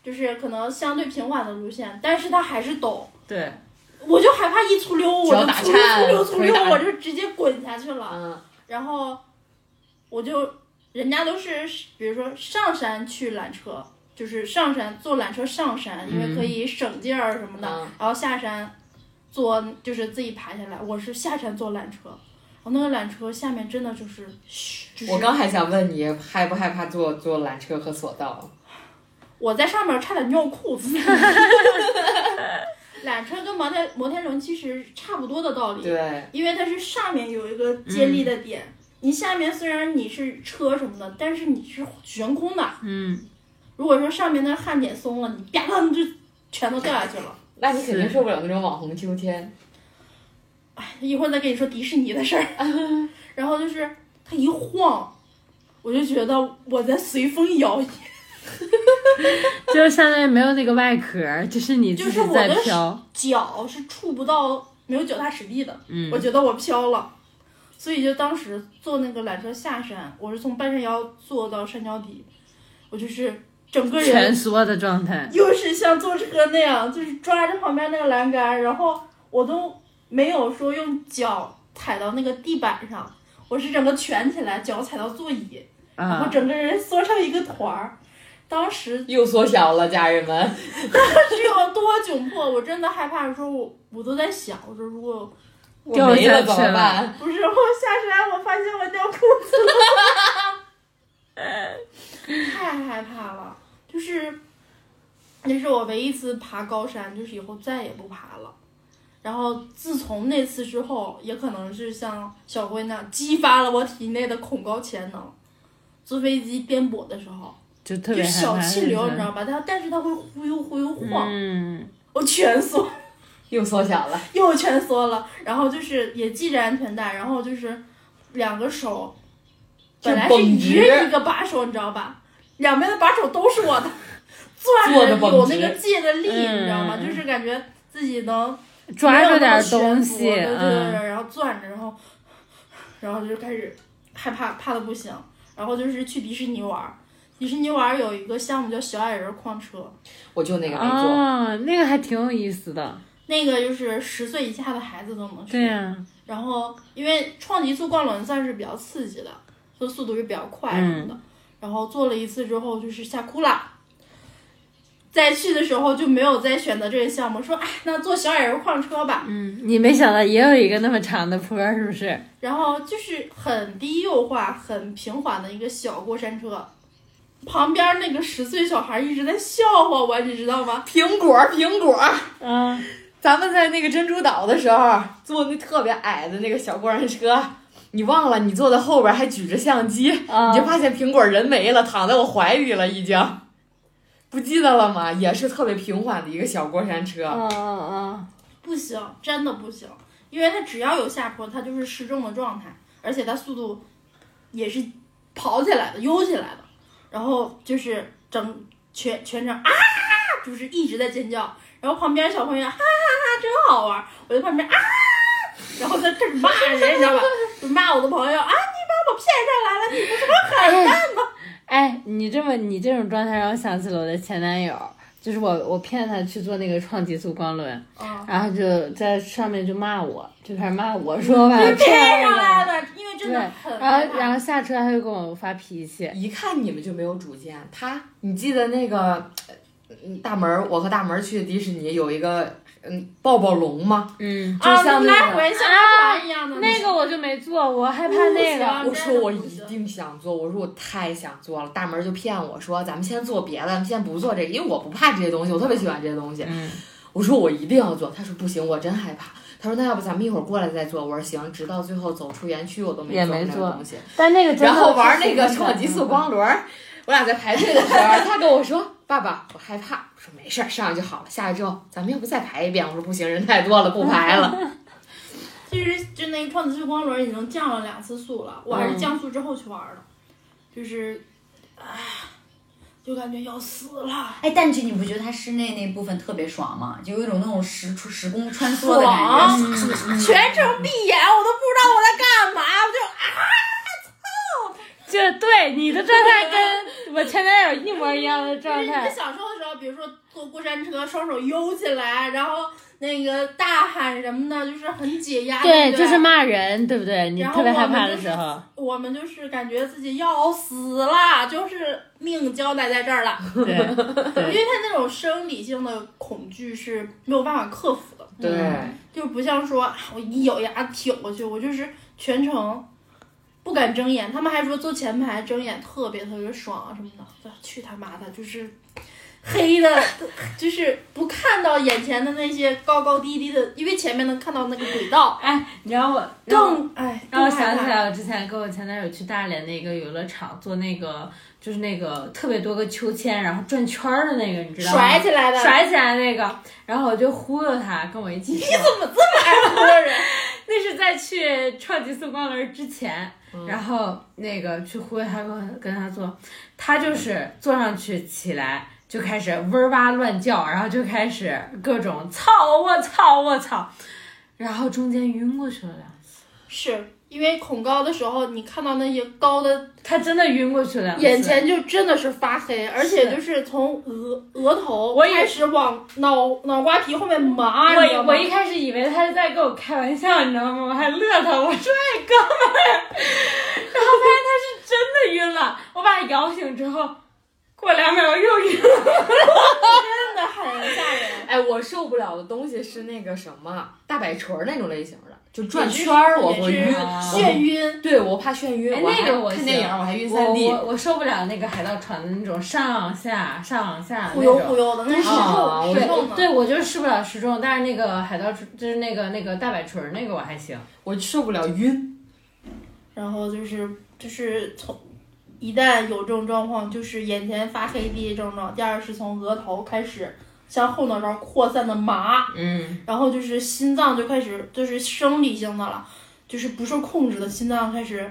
[SPEAKER 3] 就是可能相对平缓的路线，但是它还是陡。
[SPEAKER 4] 对，
[SPEAKER 3] 我就害怕一出溜，我
[SPEAKER 1] 脚
[SPEAKER 3] 就
[SPEAKER 1] 打
[SPEAKER 3] 出
[SPEAKER 1] 颤
[SPEAKER 3] 溜出溜出
[SPEAKER 1] 腿
[SPEAKER 3] 溜，
[SPEAKER 1] 打
[SPEAKER 3] 我就直接滚下去了。
[SPEAKER 1] 嗯
[SPEAKER 3] 然后我就，人家都是比如说上山去缆车，就是上山坐缆车上山，因为可以省劲儿什么的。
[SPEAKER 1] 嗯
[SPEAKER 3] 然后下山坐就是自己爬下来，我是下山坐缆车。然后那个缆车下面真的就是，嘘就是
[SPEAKER 1] 我刚还想问你害不害怕坐坐缆车和索道？
[SPEAKER 3] 我在上面差点尿裤子。缆车跟摩天摩天轮其实差不多的道理，
[SPEAKER 1] 对，
[SPEAKER 3] 因为它是上面有一个接力的点，你下面虽然你是车什么的，但是你是悬空的。
[SPEAKER 4] 嗯，
[SPEAKER 3] 如果说上面那焊点松了，你啪当就全都掉下去了。
[SPEAKER 1] 那你肯定受不了那种网红秋千。
[SPEAKER 3] 一会儿再跟你说迪士尼的事儿。然后就是它一晃，我就觉得我在随风摇曳，
[SPEAKER 4] 就是相当于没有那个外壳，就是你
[SPEAKER 3] 就是我的脚是触不到没有脚踏实地的。
[SPEAKER 4] 嗯
[SPEAKER 3] 我觉得我飘了，所以就当时坐那个缆车下山，我是从半山腰坐到山脚底，我就是整个人
[SPEAKER 4] 缩的状态，
[SPEAKER 3] 又是像坐车那样，就是抓着旁边那个栏杆，然后我都没有说用脚踩到那个地板上，我是整个蜷起来，脚踩到座椅，然后
[SPEAKER 4] 啊，
[SPEAKER 3] 整个人缩成一个团儿。当时
[SPEAKER 1] 又缩小了，家人们。
[SPEAKER 3] 是有多窘迫，我真的害怕的时候，我我都在想，我说如果
[SPEAKER 1] 我
[SPEAKER 4] 掉
[SPEAKER 1] 没
[SPEAKER 4] 下
[SPEAKER 1] 了
[SPEAKER 4] 去
[SPEAKER 1] 怎么
[SPEAKER 4] 了
[SPEAKER 1] 办？
[SPEAKER 3] 不是我下山，我发现我尿裤子了， 太害怕了。就是，那是我唯一一次爬高山，就是以后再也不爬了。然后自从那次之后，也可能是像小辉那样激发了我体内的恐高潜能。坐飞机颠簸的时候，
[SPEAKER 4] 就特
[SPEAKER 3] 就
[SPEAKER 4] 别
[SPEAKER 3] 小
[SPEAKER 4] 害怕
[SPEAKER 3] 气
[SPEAKER 4] 那
[SPEAKER 3] 流，
[SPEAKER 4] 种
[SPEAKER 3] 你知道吧？它但是它会忽悠忽悠晃，
[SPEAKER 4] 嗯，
[SPEAKER 3] 我全缩
[SPEAKER 1] 又缩小了，
[SPEAKER 3] 又蜷缩了，然后就是也系着安全带，然后就是两个手，
[SPEAKER 1] 就
[SPEAKER 3] 本来是
[SPEAKER 1] 绷直
[SPEAKER 3] 一人一个把手，你知道吧？两边的把手都是我 的，攥
[SPEAKER 1] 坐
[SPEAKER 3] 着
[SPEAKER 1] 得绷
[SPEAKER 3] 有
[SPEAKER 1] 直
[SPEAKER 3] 那个借的力，
[SPEAKER 4] 嗯
[SPEAKER 3] 你知道吗？就是感觉自己能没有
[SPEAKER 4] 抓住
[SPEAKER 3] 那么
[SPEAKER 4] 点
[SPEAKER 3] 悬
[SPEAKER 4] 东
[SPEAKER 3] 浮
[SPEAKER 4] 西，
[SPEAKER 3] 对对对，
[SPEAKER 4] 嗯，
[SPEAKER 3] 然后攥着，然后然后就开始害怕，怕的不行。然后就是去迪士尼玩儿，迪士尼玩儿有一个项目叫小矮人矿车，
[SPEAKER 1] 我就那个没坐。
[SPEAKER 4] 哦，那个还挺有意思的，
[SPEAKER 3] 那个就是十岁以下的孩子都能去。
[SPEAKER 4] 对呀，
[SPEAKER 3] 然后因为创极速逛轮算是比较刺激的，就速度是比较快什么的。然后做了一次之后就是吓哭了，再去的时候就没有再选择这个项目，说哎那坐小矮人矿车吧。
[SPEAKER 4] 嗯，你没想到也有一个那么长的坡，是不是？
[SPEAKER 3] 然后就是很低幼化、很平缓的一个小过山车。旁边那个十岁小孩一直在笑话我，你知道吗？
[SPEAKER 1] 苹果，苹果。
[SPEAKER 4] 嗯，
[SPEAKER 1] 咱们在那个珍珠岛的时候坐那特别矮的那个小过山车，你忘了你坐在后边还举着相机，
[SPEAKER 4] 啊
[SPEAKER 1] 你就发现苹果人没了，躺在我怀里了已经。不记得了吗？也是特别平缓的一个小过山车，
[SPEAKER 4] 嗯嗯嗯，
[SPEAKER 3] 不行，真的不行，因为它只要有下坡，它就是失重的状态，而且它速度也是跑起来的、悠起来的，然后就是整全全程啊，就是一直在尖叫，然后旁边小朋友哈哈哈真好玩，我在旁边啊，然后在开始骂人，你知道吧？就骂我的朋友啊，你
[SPEAKER 4] 哎，你这么你这种状态让我想起了我的前男友，就是我我骗他去做那个创极速光轮，
[SPEAKER 3] 把我骗上来了，
[SPEAKER 4] 然后就在上面就骂我，就开始骂我说把我
[SPEAKER 3] 你不是骗
[SPEAKER 4] 骗
[SPEAKER 3] 上来
[SPEAKER 4] 了。
[SPEAKER 3] 了，因为真
[SPEAKER 4] 对，
[SPEAKER 3] 的很
[SPEAKER 4] 然
[SPEAKER 3] 害
[SPEAKER 4] 后然
[SPEAKER 3] 怕。
[SPEAKER 4] 后下车还会跟我发脾气，
[SPEAKER 1] 一看你们就没有主见。他，你记得那个，嗯，大门儿，我和大门儿去迪士尼有一个，嗯，抱抱龙吗？
[SPEAKER 4] 嗯，
[SPEAKER 1] 就
[SPEAKER 3] 啊，
[SPEAKER 1] 像那
[SPEAKER 3] 来
[SPEAKER 1] 个
[SPEAKER 3] 回像拉团一样的
[SPEAKER 4] 那个我就没做，我害怕
[SPEAKER 3] 不行
[SPEAKER 4] 那个，
[SPEAKER 1] 我说我一定想做，我说我太想做了。大门就骗我说咱们先做别的，咱们先不做这个，因为我不怕这些东西，我特别喜欢这些东西。
[SPEAKER 4] 嗯，
[SPEAKER 1] 我说我一定要做，他说不行，我真害怕。他说那要不咱们一会儿过来再做。我说行，直到最后走出园区我都没
[SPEAKER 4] 也
[SPEAKER 1] 做
[SPEAKER 4] 没
[SPEAKER 1] 那个
[SPEAKER 4] 做
[SPEAKER 1] 东西。
[SPEAKER 4] 但那个真的
[SPEAKER 1] 然后玩
[SPEAKER 4] 是
[SPEAKER 1] 那 个
[SPEAKER 4] 挺
[SPEAKER 1] 创极速光轮儿，我俩在排队的时候，他跟我说：“爸爸，我害怕。”我说：“没事儿，上来就好了。下来之后，咱们要不再排一遍？”我说：“不行，人太多了，不排 了。
[SPEAKER 3] 其实就那个创子速光轮已经降了两次速了，我还是降速之后去玩的，就是，唉，就感觉要死了，
[SPEAKER 2] 哎，但是你不觉得它室内那部分特别爽吗？就有一种那种时时空穿梭的感
[SPEAKER 3] 爽
[SPEAKER 2] 觉。，
[SPEAKER 3] 全程闭眼，我都不知道我在干嘛，我就
[SPEAKER 4] 就对你的状态跟我前男友一模一样的状
[SPEAKER 3] 就是你
[SPEAKER 4] 态
[SPEAKER 3] 们，小时候的时候，比如说坐过山车，双手悠起来，然后那个大喊什么的，就是很解压，对
[SPEAKER 4] 对，
[SPEAKER 3] 不对，
[SPEAKER 4] 就是骂人，对不对？你
[SPEAKER 3] 然后
[SPEAKER 4] 特别害
[SPEAKER 3] 我们
[SPEAKER 4] 怕
[SPEAKER 3] 就
[SPEAKER 4] 的
[SPEAKER 3] 是
[SPEAKER 4] 时 候，
[SPEAKER 3] 我们就是感觉自己要死了，就是命交代在这儿了。
[SPEAKER 4] 对，
[SPEAKER 3] 因为他那种生理性的恐惧是没有办法克服的，”
[SPEAKER 1] 对，
[SPEAKER 3] 就不像说啊我一咬牙挺过去，我就是全程不敢睁眼。他们还说坐前排睁眼特别特别爽啊什么的，去他妈的，就是黑的，就是不看到眼前的那些高高低低的，因为前面能看到那个轨道，
[SPEAKER 4] 哎，你知道我让我
[SPEAKER 3] 更哎，
[SPEAKER 4] 让我
[SPEAKER 3] 更害
[SPEAKER 4] 想起
[SPEAKER 3] 怕
[SPEAKER 4] 来，我之前跟我前男友去大连的一个游乐场做那个，就是那个特别多个秋千，然后转圈儿的那个，你知道吗？
[SPEAKER 3] 甩起来的，
[SPEAKER 4] 甩起来那个，然后我就忽悠他跟我一起去。
[SPEAKER 3] 怎么这么爱忽悠人？
[SPEAKER 4] 那是在去超级速光轮之前，
[SPEAKER 3] 嗯
[SPEAKER 4] 然后那个去忽悠他跟我跟他做，他就是坐上去起来就开始嗡儿哇乱叫，然后就开始各种操我操我操，然后中间晕过去了两次，
[SPEAKER 3] 是因为恐高的时候，你看到那些高的
[SPEAKER 4] 他真的晕过去了两次。
[SPEAKER 3] 眼前就真的是发黑，而且就是从额额头
[SPEAKER 4] 我以
[SPEAKER 3] 开始往脑脑瓜皮后面麻，你知道
[SPEAKER 4] 我
[SPEAKER 3] 吗
[SPEAKER 4] 我一开始以为他是在跟我开玩笑，你知道吗？我还乐他，我说哎哥们儿，然后发现他是真的晕了，我把他摇醒之后，过两秒又晕了。
[SPEAKER 3] 真的很吓人。
[SPEAKER 1] 哎，我受不了的东西是那个什么大摆锤儿那种类型的，就转圈儿我会
[SPEAKER 3] 也
[SPEAKER 1] 晕
[SPEAKER 3] 是，
[SPEAKER 4] 啊
[SPEAKER 3] 眩晕，
[SPEAKER 1] 对我怕眩晕。
[SPEAKER 4] 哎
[SPEAKER 1] 我还
[SPEAKER 4] 那个我
[SPEAKER 1] 看
[SPEAKER 4] 行
[SPEAKER 1] 电影儿我还晕
[SPEAKER 4] 我
[SPEAKER 1] 三 D，
[SPEAKER 4] 我我受不了那个海盗船的那种上下上下的
[SPEAKER 3] 忽
[SPEAKER 4] 那
[SPEAKER 3] 悠
[SPEAKER 4] 种。
[SPEAKER 3] 忽悠的，那
[SPEAKER 4] 对
[SPEAKER 3] 时
[SPEAKER 1] 啊
[SPEAKER 3] 候
[SPEAKER 1] 我
[SPEAKER 3] 时
[SPEAKER 4] 对
[SPEAKER 3] 候呢，
[SPEAKER 4] 对，我就是吃不了时钟，但是那个海盗船就是那个那个大摆锤儿那个我还行。
[SPEAKER 1] 我受不了晕。
[SPEAKER 3] 然后就是就是从一旦有这种状况，就是眼前发黑的症状，第二是从额头开始向后脑勺扩散的麻，
[SPEAKER 1] 嗯，
[SPEAKER 3] 然后就是心脏就开始就是生理性的了，就是不受控制的心脏开始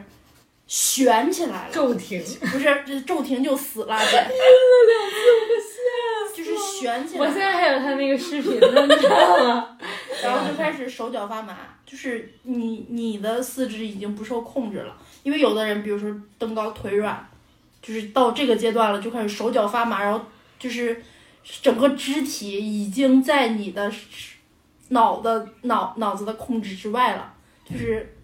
[SPEAKER 3] 悬起来了，
[SPEAKER 4] 骤停，
[SPEAKER 3] 不是这骤停就死了，对，就是悬起来
[SPEAKER 4] 我
[SPEAKER 3] 了，
[SPEAKER 4] 现在还有他那个视频呢，你知道吗？
[SPEAKER 3] 然后就开始手脚发麻，就是你你的四肢已经不受控制了，因为有的人比如说登高腿软，就是到这个阶段了就开始手脚发麻，然后就是整个肢体已经在你的脑的脑脑子的控制之外了，就是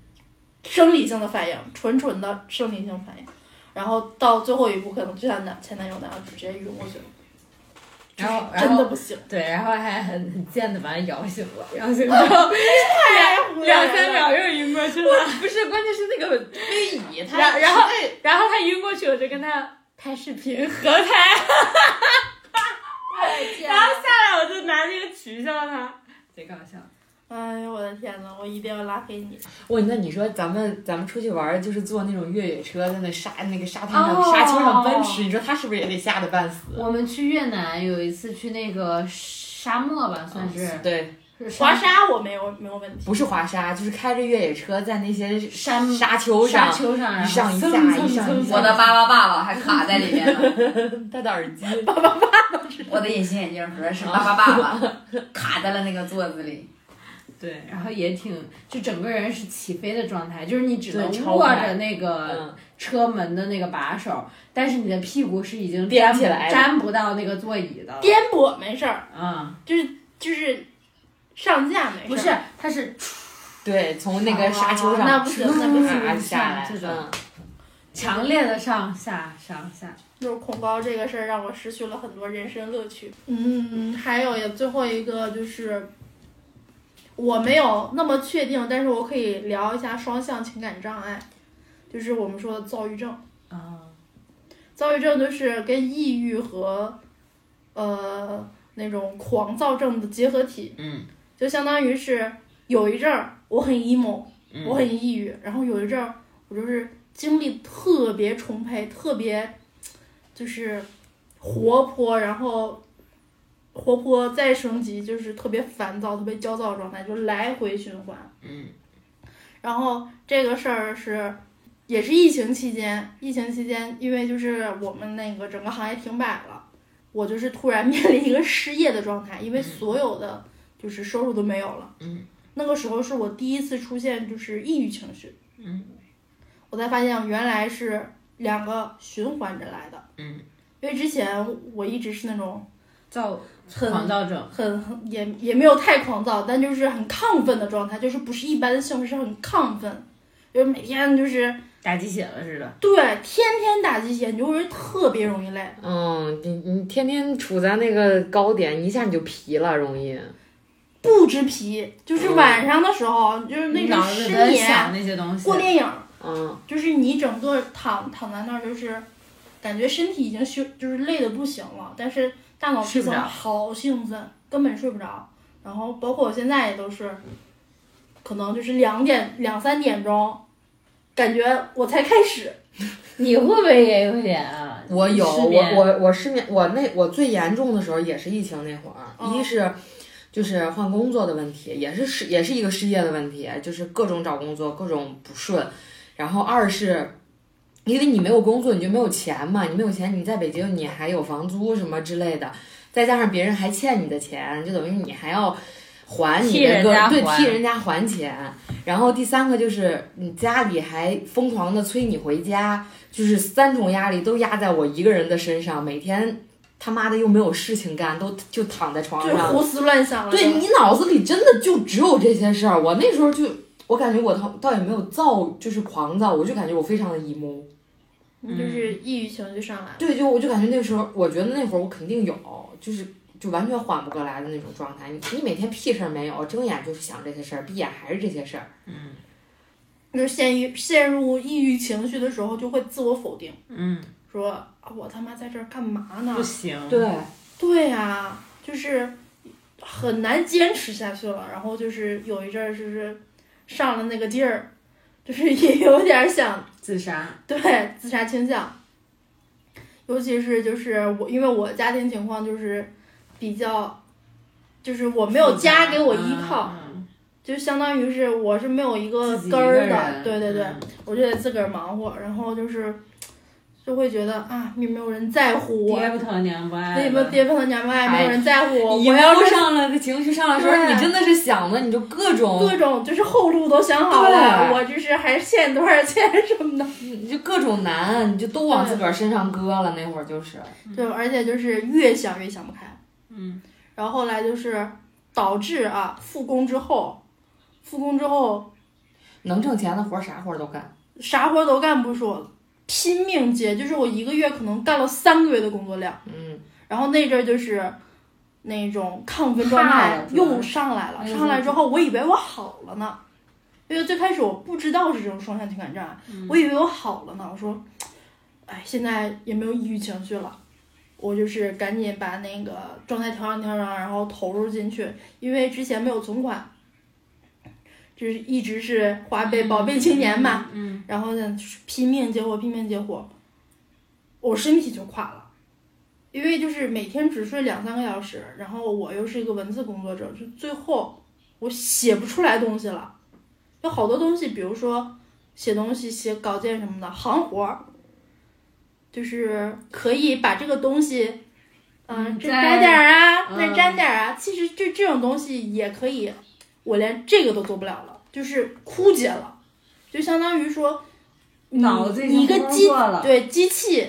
[SPEAKER 3] 生理性的反应，纯纯的生理性反应，然后到最后一步可能就像男前男友那样直接晕过去了，
[SPEAKER 4] 然 后
[SPEAKER 3] 真
[SPEAKER 4] 然
[SPEAKER 3] 的
[SPEAKER 4] 后
[SPEAKER 3] 不行，
[SPEAKER 4] 对，然后还很很贱的把他摇醒了，摇醒之后
[SPEAKER 3] 太胡
[SPEAKER 4] 两
[SPEAKER 3] 来
[SPEAKER 4] 三
[SPEAKER 3] 了
[SPEAKER 4] 秒又晕过去了，
[SPEAKER 1] 不是，关键是那个飞椅，它
[SPEAKER 4] 然然后
[SPEAKER 1] 实在
[SPEAKER 4] 然后他晕过去，我就跟他拍视频合拍。
[SPEAKER 2] 太贱
[SPEAKER 4] 然后下来我就拿那个取笑他，贼搞笑。
[SPEAKER 3] 哎呦我的天呐，我一定要拉黑你！
[SPEAKER 1] 我那你说咱们咱们出去玩儿，就是坐那种越野车，在那沙那个沙滩上、
[SPEAKER 4] 哦
[SPEAKER 1] 沙丘上奔驰，你说他是不是也得吓得半死？
[SPEAKER 4] 我们去越南有一次去那个沙漠吧，算哦是
[SPEAKER 1] 对，
[SPEAKER 4] 是
[SPEAKER 3] 滑
[SPEAKER 4] 沙
[SPEAKER 3] 沙我没有没有问题，
[SPEAKER 1] 不是滑沙，就是开着越野车在那些
[SPEAKER 4] 山
[SPEAKER 1] 沙丘上
[SPEAKER 4] 沙，丘上，然
[SPEAKER 1] 一
[SPEAKER 4] 后
[SPEAKER 1] 上一下，
[SPEAKER 4] 蹭蹭
[SPEAKER 1] 一上一
[SPEAKER 4] 蹭
[SPEAKER 1] 下。
[SPEAKER 2] 我的巴巴爸爸还卡在里面呢，
[SPEAKER 1] 戴的耳机，
[SPEAKER 2] 我的隐形眼镜盒是巴巴爸爸卡在了那个座子里。
[SPEAKER 4] 对，然后也挺就整个人是起飞的状态，就是你只
[SPEAKER 1] 对
[SPEAKER 4] 能
[SPEAKER 1] 超
[SPEAKER 4] 握
[SPEAKER 1] 快
[SPEAKER 4] 着那个
[SPEAKER 1] 嗯，
[SPEAKER 4] 车门的那个把手，但是你的屁股是已经
[SPEAKER 1] 颠
[SPEAKER 4] 粘
[SPEAKER 1] 起来了
[SPEAKER 4] 粘不到那个座椅的了。
[SPEAKER 3] 颠簸没事儿，
[SPEAKER 4] 嗯，
[SPEAKER 3] 就是上架没事儿。
[SPEAKER 4] 不是，它是
[SPEAKER 1] 对，从那个沙丘上，
[SPEAKER 3] 哦那不行那不行
[SPEAKER 1] 唰下来，
[SPEAKER 4] 这种
[SPEAKER 1] 嗯，
[SPEAKER 4] 强烈的上下上下。
[SPEAKER 3] 就是恐高这个事儿让我失去了很多人生乐趣。嗯，还有也最后一个就是，我没有那么确定，但是我可以聊一下双向情感障碍，就是我们说的躁郁症。
[SPEAKER 4] 嗯，
[SPEAKER 3] 躁郁症就是跟抑郁和呃那种狂躁症的结合体，
[SPEAKER 1] 嗯，
[SPEAKER 3] 就相当于是有一阵儿我很 emo，、
[SPEAKER 1] 嗯
[SPEAKER 3] 我很抑郁，然后有一阵儿我就是精力特别充沛，特别就是活泼，然后活泼再升级，就是特别烦躁、特别焦躁的状态，就来回循环。
[SPEAKER 1] 嗯，
[SPEAKER 3] 然后这个事儿是也是疫情期间，疫情期间，因为就是我们那个整个行业停摆了，我就是突然 面临一个失业的状态，因为所有的就是收入都没有了。
[SPEAKER 1] 嗯，
[SPEAKER 3] 那个时候是我第一次出现就是抑郁情绪。
[SPEAKER 1] 嗯，
[SPEAKER 3] 我才发现原来是两个循环着来的。
[SPEAKER 1] 嗯，
[SPEAKER 3] 因为之前我一直是那种
[SPEAKER 4] 躁
[SPEAKER 3] 很
[SPEAKER 4] 狂躁症，
[SPEAKER 3] 很很也也没有太狂躁，但就是很亢奋的状态，就是不是一般的兴奋，是很亢奋，就是每天就是
[SPEAKER 4] 打鸡血了似的。
[SPEAKER 3] 对天天打鸡血，你就会特别容易累。
[SPEAKER 1] 嗯，你你天天处在那个高点，一下你就疲了，容易。
[SPEAKER 3] 不知疲，就是晚上的时候，就是那种
[SPEAKER 4] 嗯脑子
[SPEAKER 3] 失
[SPEAKER 4] 在想
[SPEAKER 3] 眠、
[SPEAKER 4] 那些东西
[SPEAKER 3] 过。电影，
[SPEAKER 1] 嗯，
[SPEAKER 3] 就是你整个躺躺在那儿，就是感觉身体已经休，就是累的不行了，但是大脑皮
[SPEAKER 4] 睡不
[SPEAKER 3] 层
[SPEAKER 4] 着
[SPEAKER 3] 好兴奋，根本睡不着。然后包括我现在也都是，可能就是两点两三点钟，感觉我才开始，
[SPEAKER 4] 你会不会也有点啊？
[SPEAKER 1] 我有，
[SPEAKER 4] 失
[SPEAKER 1] 我
[SPEAKER 4] 眠
[SPEAKER 1] 我我失眠，我那我最严重的时候也是疫情那会儿，啊
[SPEAKER 4] 哦
[SPEAKER 3] 嗯
[SPEAKER 1] 一是就是换工作的问题，也是失也是一个失业的问题，就是各种找工作，各种不顺。然后二是因为你没有工作，你就没有钱嘛，你没有钱，你在北京你还有房租什么之类的，再加上别人还欠你的钱，就等于你还要还你
[SPEAKER 4] 替
[SPEAKER 1] 的
[SPEAKER 4] 人
[SPEAKER 1] 各
[SPEAKER 4] 家
[SPEAKER 1] 对
[SPEAKER 4] 还
[SPEAKER 1] 替人家还钱。然后第三个就是你家里还疯狂的催你回家，就是三种压力都压在我一个人的身上，每天他妈的又没有事情干，都就躺在床
[SPEAKER 3] 就是
[SPEAKER 1] 上。
[SPEAKER 3] 胡思乱想了。
[SPEAKER 1] 对你脑子里真的就只有这些事儿。我那时候就，我感觉我倒倒也没有躁，就是狂躁，我就感觉我非常的 emo。
[SPEAKER 3] 嗯就是抑郁情绪上来了。
[SPEAKER 1] 对，就我就感觉那时候，我觉得那会儿我肯定有，就是就完全缓不过来的那种状态。你你每天屁事儿没有，睁眼就是想这些事儿，闭眼还是这些事儿。
[SPEAKER 4] 嗯
[SPEAKER 3] 就是陷于陷入抑郁情绪的时候，就会自我否定，
[SPEAKER 4] 嗯，
[SPEAKER 3] 说啊我他妈在这儿干嘛呢
[SPEAKER 4] 不？行，
[SPEAKER 1] 对，
[SPEAKER 3] 对呀、就是很难坚持下去了。然后就是有一阵儿，就是上了那个劲儿，就是也有点儿想
[SPEAKER 4] 自杀，
[SPEAKER 3] 对自杀倾向，尤其是就是我，因为我家庭情况就是比较，就是我没有家给我依靠，
[SPEAKER 4] 嗯，
[SPEAKER 3] 就相当于是我是没有一个
[SPEAKER 4] 自己一
[SPEAKER 3] 根
[SPEAKER 4] 个
[SPEAKER 3] 儿
[SPEAKER 4] 人
[SPEAKER 3] 的，对对对，
[SPEAKER 4] 嗯
[SPEAKER 3] 我就得自个儿忙活，然后就是就会觉得啊，也没有人在乎我，
[SPEAKER 4] 爹不疼娘不爱
[SPEAKER 3] 那
[SPEAKER 4] 了，
[SPEAKER 3] 不爹不疼娘们爱，
[SPEAKER 1] 哎
[SPEAKER 3] 没有人在乎我，
[SPEAKER 1] 你一
[SPEAKER 3] 我要
[SPEAKER 1] 哭
[SPEAKER 3] 是
[SPEAKER 1] 上了，这情绪上来的时候，
[SPEAKER 3] 对
[SPEAKER 1] 你真的是想的，你就各种
[SPEAKER 3] 各种就是后路都想好了，
[SPEAKER 1] 对
[SPEAKER 3] 我就是还欠多少钱什么的。
[SPEAKER 1] 你就各种难，你就都往自个儿身上搁了。那会儿就是，
[SPEAKER 3] 对，而且就是越想越想不开。
[SPEAKER 4] 嗯，
[SPEAKER 3] 然后后来就是导致啊，复工之后，复工之后
[SPEAKER 1] 能挣钱的活儿啥活儿都干。
[SPEAKER 3] 啥活儿都干不说，拼命接，就是我一个月可能干了三个月的工作量。
[SPEAKER 1] 嗯，
[SPEAKER 3] 然后那阵儿就是那种亢奋状
[SPEAKER 4] 怕
[SPEAKER 3] 态
[SPEAKER 4] 了
[SPEAKER 3] 又上来了，
[SPEAKER 4] 哎呦
[SPEAKER 3] 上来之后我以为我好了呢，因为最开始我不知道是这种双向情感障碍，
[SPEAKER 4] 嗯
[SPEAKER 3] 我以为我好了呢，我说，哎，现在也没有抑郁情绪了。我就是赶紧把那个状态调整调整，然后投入进去，因为之前没有存款，就是一直是花呗宝贝青年嘛，，
[SPEAKER 4] 嗯，
[SPEAKER 3] 然后呢，拼命接活，拼命接活，我身体就垮了，因为就是每天只睡两三个小时，然后我又是一个文字工作者，就最后我写不出来东西了，有好多东西，比如说写东西、写稿件什么的，行活儿，就是可以把这个东西。嗯，
[SPEAKER 4] 嗯
[SPEAKER 3] 这
[SPEAKER 4] 在
[SPEAKER 3] 沾点儿啊，
[SPEAKER 4] 嗯
[SPEAKER 3] 那沾点儿啊，其实这这种东西也可以，我连这个都做不了了，就是枯竭了。就相当于说，你
[SPEAKER 4] 脑子已经
[SPEAKER 3] 一个
[SPEAKER 4] 工
[SPEAKER 3] 机
[SPEAKER 4] 作了
[SPEAKER 3] 对机器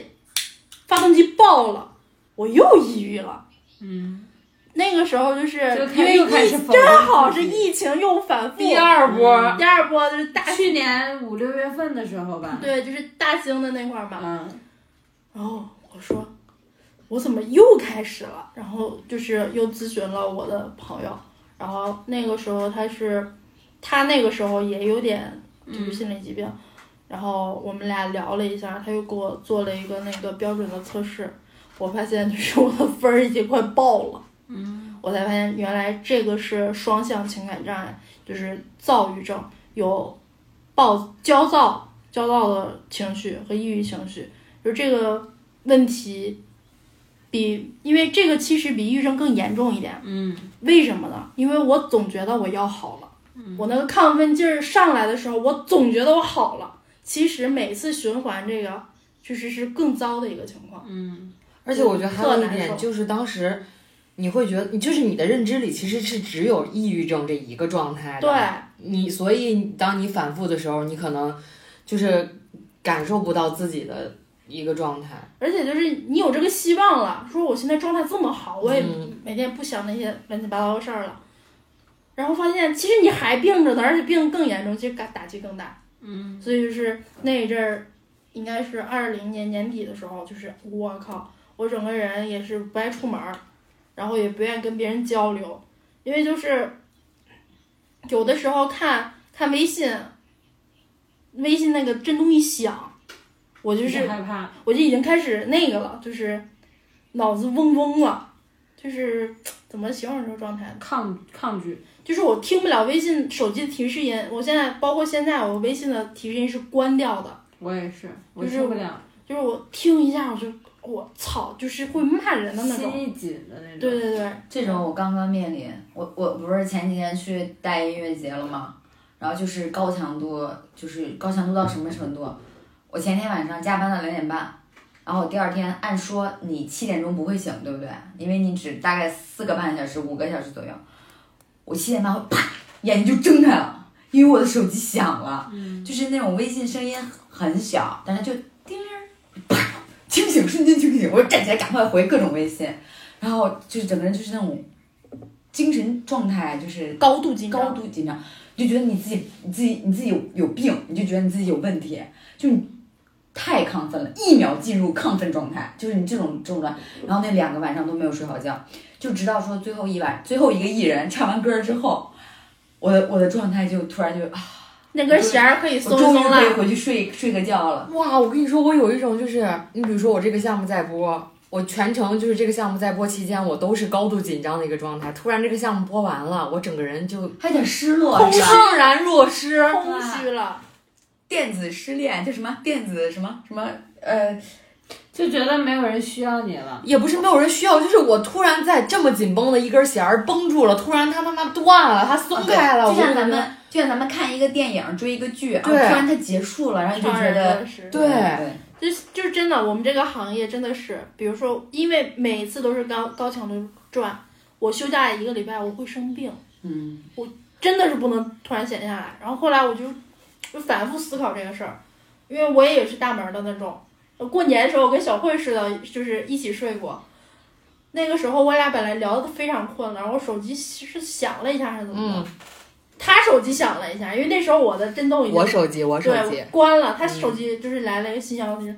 [SPEAKER 3] 发动机爆了，我又抑郁了。
[SPEAKER 4] 嗯，
[SPEAKER 3] 那个时候就是
[SPEAKER 4] 就
[SPEAKER 3] 呃因
[SPEAKER 4] 开
[SPEAKER 3] 为
[SPEAKER 4] 又开始
[SPEAKER 3] 疫
[SPEAKER 4] 否
[SPEAKER 3] 正好是
[SPEAKER 4] 定自己
[SPEAKER 3] 疫情又反复，
[SPEAKER 1] 第二波儿，
[SPEAKER 3] 第二波就是大
[SPEAKER 4] 去年五六月份的时候吧，
[SPEAKER 3] 对啊就是大兴的那块儿嘛，
[SPEAKER 4] 嗯，
[SPEAKER 3] 然后我说，我怎么又开始了？然后就是又咨询了我的朋友，然后那个时候他是，他那个时候也有点就是心理疾病，然后我们俩聊了一下，他又给我做了一个那个标准的测试，我发现就是我的分儿已经快爆了。
[SPEAKER 4] 嗯，
[SPEAKER 3] 我才发现原来这个是双向情感障碍，就是躁郁症，有暴焦躁、焦躁的情绪和抑郁情绪，就这个问题比，因为这个其实比抑郁症更严重一点。
[SPEAKER 4] 嗯，
[SPEAKER 3] 为什么呢？因为我总觉得我要好了，我那个亢奋劲儿上来的时候，我总觉得我好了，其实每次循环这个确实是更糟的一个情况。
[SPEAKER 4] 嗯，
[SPEAKER 1] 而且我觉得还有一
[SPEAKER 3] 特难受
[SPEAKER 1] 点就是当时。你会觉得，你就是你的认知里其实是只有抑郁症这一个状态的，
[SPEAKER 3] 对，
[SPEAKER 1] 你所以当你反复的时候，你可能就是感受不到自己的一个状态。
[SPEAKER 3] 而且就是你有这个希望了，说我现在状态这么好，我也
[SPEAKER 1] 嗯
[SPEAKER 3] 每天不想那些乱七八糟的事儿了，然后发现其实你还病着呢，而且病得更严重，其实打打击更大。
[SPEAKER 4] 嗯，
[SPEAKER 3] 所以就是那一阵儿，应该是二零年年底的时候，就是我靠，我整个人也是不爱出门儿，然后也不愿意跟别人交流，因为就是有的时候看看微信，微信那个震动一响，我就
[SPEAKER 4] 就是害怕，
[SPEAKER 3] 我就已经开始那个了，就是脑子嗡嗡了，就是怎么形容这个状态呢？
[SPEAKER 4] 抗抗拒，
[SPEAKER 3] 就是我听不了微信手机的提示音，我现在包括现在我微信的提示音是关掉的，
[SPEAKER 4] 我也是，我
[SPEAKER 3] 就是
[SPEAKER 4] 受不了，
[SPEAKER 3] 就是我听一下我就我操，就是会骂人的那
[SPEAKER 4] 心
[SPEAKER 3] 种。
[SPEAKER 4] 一紧的那种，
[SPEAKER 3] 对对对，
[SPEAKER 2] 这种我刚刚面临，我我不是前几天去带音乐节了吗？然后就是高强度，就是高强度到什么程度？我前天晚上加班到两点半，然后我第二天按说你七点钟不会醒，对不对？因为你只大概四个半小时、五个小时左右。我七点半会啪眼睛就睁开了，因为我的手机响了，
[SPEAKER 4] 嗯
[SPEAKER 2] 就是那种微信声音很小，但是就叮铃儿，啪清醒，瞬间清醒。我就站起来赶快回各种微信，然后就是整个人就是那种精神状态就是
[SPEAKER 3] 高度紧
[SPEAKER 2] 高
[SPEAKER 3] 张。
[SPEAKER 2] 度紧张，你就觉得你自己你自己你自己有有病，你就觉得你自己有问题，就你太亢奋了，一秒进入亢奋状态，就是你这种这种状态。然后那两个晚上都没有睡好觉，就直到说最后一晚，最后一个艺人唱完歌之后，我的我的状态就突然就啊，
[SPEAKER 3] 那根弦儿可以松
[SPEAKER 2] 我
[SPEAKER 3] 一
[SPEAKER 2] 终于
[SPEAKER 3] 松
[SPEAKER 2] 可以
[SPEAKER 3] 了。
[SPEAKER 2] 回去睡睡个觉了。
[SPEAKER 1] 哇，我跟你说，我有一种就是，你比如说我这个项目在播，我全程就是这个项目在播期间，我都是高度紧张的一个状态。突然这个项目播完了，我整个人就
[SPEAKER 2] 还有点失落，
[SPEAKER 3] 空
[SPEAKER 2] 是吧
[SPEAKER 1] 怅然若失。
[SPEAKER 3] 空虚了，
[SPEAKER 2] 电子失恋叫什么？电子什么什么？呃，
[SPEAKER 4] 就觉得没有人需要你了。
[SPEAKER 1] 也不是没有人需要，就是我突然在这么紧绷的一根弦儿绷住了，突然它他妈断了，它松开了，
[SPEAKER 2] 啊
[SPEAKER 1] 我
[SPEAKER 2] 对就
[SPEAKER 1] 就
[SPEAKER 2] 像咱
[SPEAKER 1] 感觉
[SPEAKER 2] 们就像咱们看一个电影、追一个剧啊，突
[SPEAKER 1] 对
[SPEAKER 2] 然它结束了，然后你就
[SPEAKER 3] 怅
[SPEAKER 2] 觉
[SPEAKER 3] 然
[SPEAKER 2] 得
[SPEAKER 3] 若失。
[SPEAKER 1] 对
[SPEAKER 3] 就就是真的，我们这个行业真的是，比如说，因为每次都是高高强度转，我休假一个礼拜我会生病，
[SPEAKER 2] 嗯，
[SPEAKER 3] 真的是不能突然闲下来。然后后来我就就反复思考这个事儿，因为我也是大门儿的那种。呃过年的时候，我跟小慧似的，就是一起睡过。那个时候我俩本来聊得非常困了，然后我手机是响了一下还是怎么着？
[SPEAKER 1] 嗯
[SPEAKER 3] 他手机响了一下，因为那时候我的震动已经
[SPEAKER 1] 我手机，我手
[SPEAKER 3] 嗯对
[SPEAKER 1] 机，
[SPEAKER 3] 关了，他手机就是来了一个信号，就是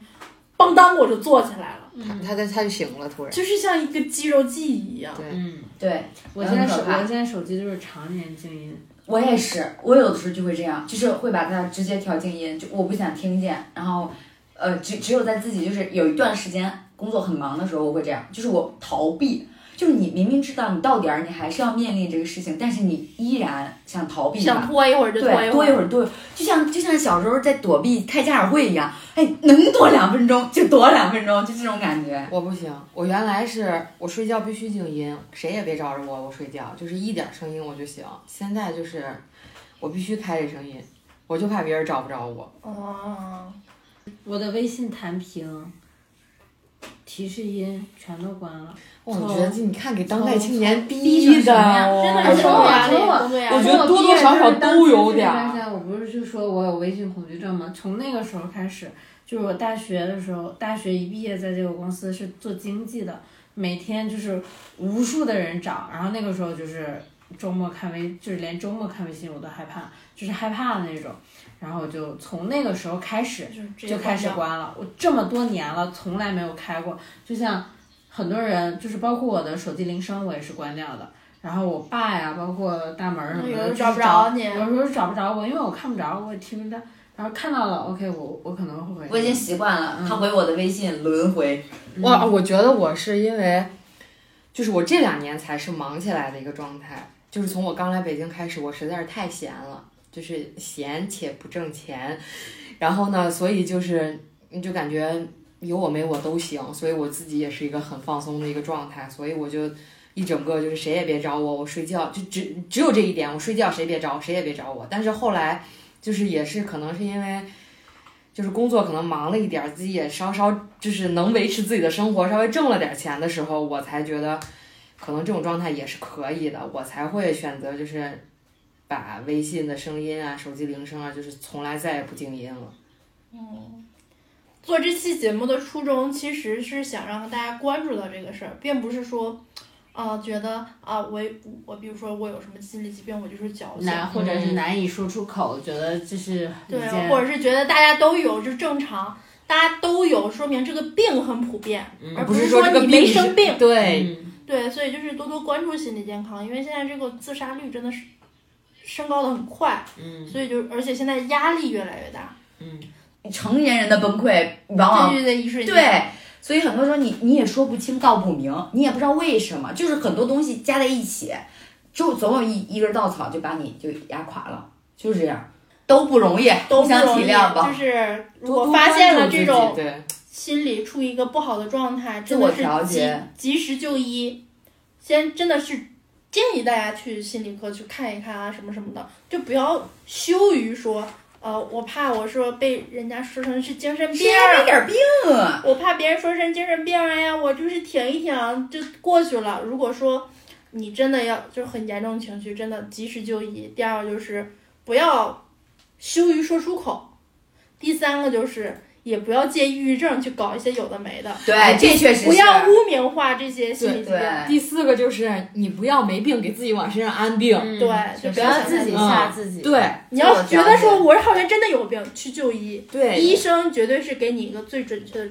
[SPEAKER 3] 邦当我就坐起来了，
[SPEAKER 4] 嗯
[SPEAKER 1] 它它就它就醒了，突然。
[SPEAKER 3] 就是像一个肌肉记忆一样。
[SPEAKER 1] 对
[SPEAKER 4] 嗯，
[SPEAKER 2] 对
[SPEAKER 4] 我现在手
[SPEAKER 2] 很可怕
[SPEAKER 4] 我现在手机就是常年静音，
[SPEAKER 2] 我也是，我有的时候就会这样，就是会把它直接调静音，就我不想听见，然后呃，只只有在自己就是有一段时间工作很忙的时候，我会这样，就是我逃避。就是你明明知道你到点儿，你还是要面临这个事情，但是你依然想逃避它
[SPEAKER 3] 想，拖一会儿就拖
[SPEAKER 2] 对，多
[SPEAKER 3] 会
[SPEAKER 2] 一会儿多一会儿，就像就像小时候在躲避开家长会一样，哎，能躲两分钟就躲两分钟，就这种感觉。
[SPEAKER 1] 我不行，我原来是我睡觉必须静音，谁也别招着我，我睡觉就是一点声音我就醒。现在就是我必须开这声音，我就怕别人找不着我。
[SPEAKER 3] 哦，
[SPEAKER 4] 我的微信弹屏、提示音全都关了。
[SPEAKER 1] 我
[SPEAKER 4] 哦
[SPEAKER 1] 觉得你看给当代
[SPEAKER 4] 哦
[SPEAKER 1] 青年
[SPEAKER 2] 逼成
[SPEAKER 1] 的
[SPEAKER 2] 什么样，
[SPEAKER 1] 我
[SPEAKER 3] 真
[SPEAKER 2] 哎
[SPEAKER 3] 的
[SPEAKER 2] 等会
[SPEAKER 3] 是工作
[SPEAKER 2] 儿
[SPEAKER 3] 压力，
[SPEAKER 2] 等会儿
[SPEAKER 3] 工作压
[SPEAKER 1] 我
[SPEAKER 3] 力
[SPEAKER 1] 觉。得多多少少都有点儿
[SPEAKER 4] 我当时我不是就说我有微信恐惧症吗？从那个时候开始，就是我大学的时候，大学一毕业，在这个公司是做经济的，每天就是无数的人找，然后那个时候就是周末看微，就是连周末看微信我都害怕，就是害怕的那种。然后我就从那个时候开始，
[SPEAKER 3] 就是
[SPEAKER 4] 就开始关了。我这么多年了，从来没有开过。就像很多人，就是包括我的手机铃声，我也是关掉的。然后我爸呀，包括大门儿什么
[SPEAKER 3] 有
[SPEAKER 4] 的，
[SPEAKER 3] 时候
[SPEAKER 4] 就是
[SPEAKER 3] 找不着你
[SPEAKER 4] 有时候找不着我，因为我看不着，我也听不到。然后看到了，OK，我我可能会回。
[SPEAKER 2] 我已经习惯了，他回我的微信轮回。
[SPEAKER 4] 嗯
[SPEAKER 1] 我我觉得我是因为，就是我这两年才是忙起来的一个状态，就是从我刚来北京开始，我实在是太闲了，就是闲且不挣钱，然后呢，所以就是你就感觉有我没我都行，所以我自己也是一个很放松的一个状态，所以我就。一整个就是谁也别找我，我睡觉就只只有这一点，我睡觉谁别找我谁也别找我。但是后来就是也是可能是因为就是工作可能忙了一点儿，自己也稍稍就是能维持自己的生活，稍微挣了点钱的时候，我才觉得可能这种状态也是可以的，我才会选择就是把微信的声音啊、手机铃声啊，就是从来再也不静音了。
[SPEAKER 3] 嗯，做这期节目的初衷其实是想让大家关注到这个事儿，并不是说，啊、觉得啊、我我比如说我有什么心理疾病，我就是矫情，
[SPEAKER 4] 难，或者是难以说出口，觉得这是一
[SPEAKER 3] 嗯对，
[SPEAKER 4] 件
[SPEAKER 3] 或者是觉得大家都有就正常，大家都有，说明这个病很普遍，
[SPEAKER 4] 嗯
[SPEAKER 3] 而
[SPEAKER 1] 不
[SPEAKER 3] 是
[SPEAKER 1] 是说这个
[SPEAKER 3] 你没
[SPEAKER 1] 是
[SPEAKER 3] 生病。
[SPEAKER 1] 对，
[SPEAKER 4] 嗯
[SPEAKER 3] 对，所以就是多多关注心理健康，因为现在这个自杀率真的是升高的很快，
[SPEAKER 4] 嗯
[SPEAKER 3] 所以就而且现在压力越来越大，
[SPEAKER 4] 嗯，
[SPEAKER 2] 成年人的崩溃往往
[SPEAKER 3] 这就在一瞬间。
[SPEAKER 2] 对，所以很多时候你你也说不清道不明，你也不知道为什么，就是很多东西加在一起，就总有一一根稻草就把你就压垮了，就是这样，都不容易，互
[SPEAKER 3] 都不
[SPEAKER 2] 相
[SPEAKER 3] 容
[SPEAKER 2] 体
[SPEAKER 3] 易
[SPEAKER 2] 谅吧
[SPEAKER 3] 就。是如
[SPEAKER 1] 多
[SPEAKER 3] 果
[SPEAKER 1] 多
[SPEAKER 3] 发现
[SPEAKER 1] 关
[SPEAKER 3] 了
[SPEAKER 1] 注
[SPEAKER 3] 这
[SPEAKER 1] 自己
[SPEAKER 3] 种
[SPEAKER 1] 对，
[SPEAKER 3] 心理处于一个不好的状态，
[SPEAKER 2] 自
[SPEAKER 3] 真
[SPEAKER 2] 我
[SPEAKER 3] 的是
[SPEAKER 2] 调
[SPEAKER 3] 及
[SPEAKER 2] 节
[SPEAKER 3] 及时就医。先真的是建议大家去心理科去看一看啊，什么什么的，就不要羞于说，呃，我怕我说被人家说成是精神
[SPEAKER 2] 谁
[SPEAKER 3] 病
[SPEAKER 2] 还
[SPEAKER 3] 儿
[SPEAKER 2] 没，点病啊？
[SPEAKER 3] 我怕别人说成精神病儿，哎呀，我就是挺一挺就过去了。如果说你真的要就是很严重情绪，真的及时就医。第二个就是不要羞于说出口。第三个就是也不要借抑郁症去搞一些有的没的，
[SPEAKER 2] 对，这确实
[SPEAKER 3] 不要
[SPEAKER 2] 是
[SPEAKER 3] 污名化这些心理疾病。
[SPEAKER 2] 对，
[SPEAKER 1] 第四个就是你不要没病给自己往身上安病，
[SPEAKER 4] 嗯
[SPEAKER 3] 对就嗯
[SPEAKER 4] 就不
[SPEAKER 3] 不
[SPEAKER 4] 要
[SPEAKER 3] 要
[SPEAKER 4] 自己
[SPEAKER 1] 想太
[SPEAKER 4] 吓
[SPEAKER 1] 多
[SPEAKER 4] 自己。
[SPEAKER 1] 对
[SPEAKER 3] 你要觉得
[SPEAKER 2] 自我了
[SPEAKER 3] 说
[SPEAKER 2] 解
[SPEAKER 3] 我好像真的有病，去就医，
[SPEAKER 1] 对
[SPEAKER 3] 医生绝对是给你一个最准确的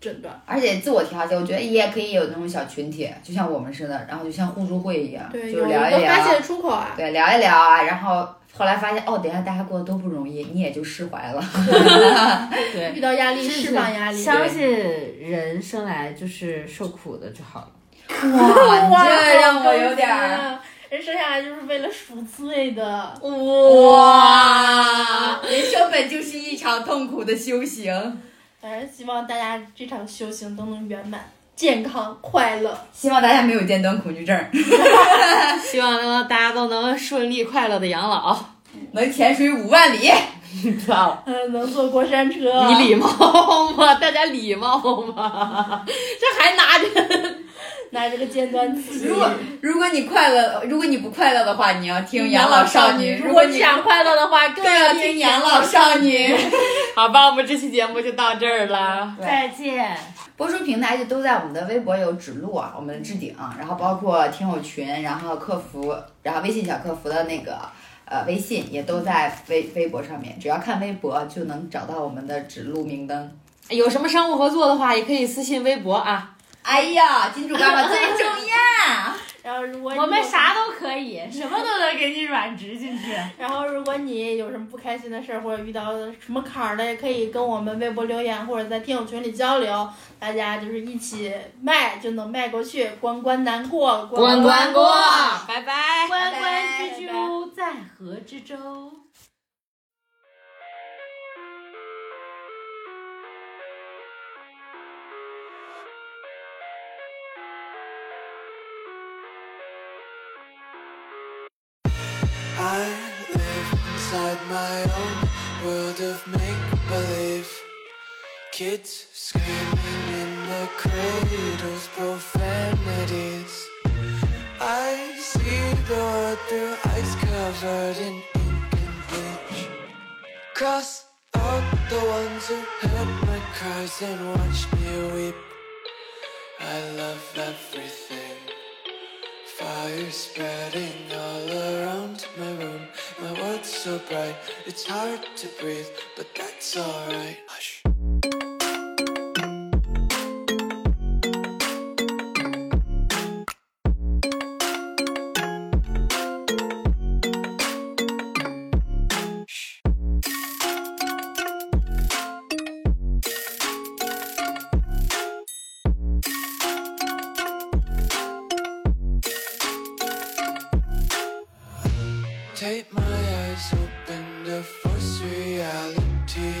[SPEAKER 3] 诊断。
[SPEAKER 2] 而且自我调节，我觉得也可以有那种小群体，就像我们似的，然后就像互助会一样，就
[SPEAKER 3] 对，
[SPEAKER 2] 是
[SPEAKER 3] 有一
[SPEAKER 2] 聊一
[SPEAKER 3] 个发泄
[SPEAKER 2] 聊，
[SPEAKER 3] 的出口啊。
[SPEAKER 2] 对，聊一聊啊，然后后来发现哦，等一下大家过得都不容易，你也就释怀了。
[SPEAKER 4] 对，
[SPEAKER 3] 遇到压力，
[SPEAKER 4] 真是
[SPEAKER 3] 释放压力。
[SPEAKER 4] 相信人生来就是受苦的就好了。
[SPEAKER 2] 哇，你这让我有点
[SPEAKER 3] 好
[SPEAKER 2] 儿。
[SPEAKER 3] 高级啊人生下来就是为了赎罪的。
[SPEAKER 2] 哇，啊人生本就是一场痛苦的修行。
[SPEAKER 3] 反正希望大家这场修行都能圆满、健康、快乐。
[SPEAKER 2] 希望大家没有尖端恐惧症，
[SPEAKER 1] 希望呢大家都能顺利快乐的养老。
[SPEAKER 2] 能潜水五万里。
[SPEAKER 1] 哇，
[SPEAKER 3] 嗯，能坐过山车。
[SPEAKER 1] 你礼貌吗？大家礼貌吗？ 这还拿着
[SPEAKER 3] 拿这个尖端刺
[SPEAKER 2] 如果如果你快乐，如果你不快乐的话，你要听养嗯老少女；
[SPEAKER 3] 如
[SPEAKER 2] 如果
[SPEAKER 3] 果
[SPEAKER 2] 啊
[SPEAKER 3] 你
[SPEAKER 2] 你
[SPEAKER 3] 想快乐的话，更
[SPEAKER 2] 更要听养老少女。
[SPEAKER 1] 好吧，我们这期节目就到这儿啦。
[SPEAKER 4] 再见。
[SPEAKER 2] 播出平台就都在我们的微博有指路啊，我们的置顶，然后包括听友群，然后客服，然后微信小客服的那个呃微信也都在微微博上面，只要看微博就能找到我们的指路明灯。
[SPEAKER 1] 有什么商务合作的话，也可以私信微博啊。
[SPEAKER 2] 哎呀，金主爸爸最重要。
[SPEAKER 3] 然后如果你
[SPEAKER 4] 我们啥都可以， 哎什么都能给你软直进 去。
[SPEAKER 3] 然后，如果你有什么不开心的事儿，或者遇到什么坎儿的，也可以跟我们微博留言，或者在听友群里交流，大家就是一起迈就能迈过去，关关难过，关过。
[SPEAKER 1] 拜拜。
[SPEAKER 4] 关
[SPEAKER 2] 关
[SPEAKER 4] 关之
[SPEAKER 3] 之
[SPEAKER 4] 鸠
[SPEAKER 3] 鸠，
[SPEAKER 4] 在河之洲。
[SPEAKER 5] I live inside my own world of make believe. Kids screaming in the cradles, profanities. I see the world through ice covered in ink and bleach. Cross out the ones who heard my cries and watched me weep. I love everything. Fire spreading all around my room. My world's so bright, it's hard to breathe, but that's alright. Hush. Tape my eyes open to force reality.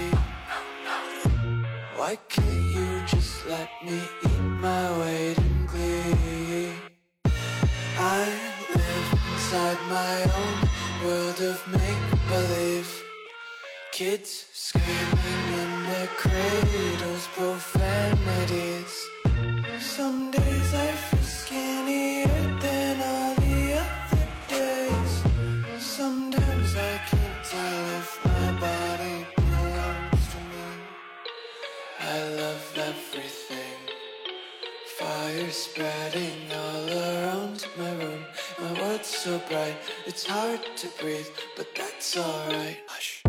[SPEAKER 5] Why can't you just let me eat my weight in glee? I live inside my own world of make believe. Kids screaming in their cradles, profanities. Some days I feel skinnier than all the other days. Sometimes I can't tell if my body belongs to me. I love everything. Fire spreading all around my room. My world's so bright, it's hard to breathe, but that's alright. Hush.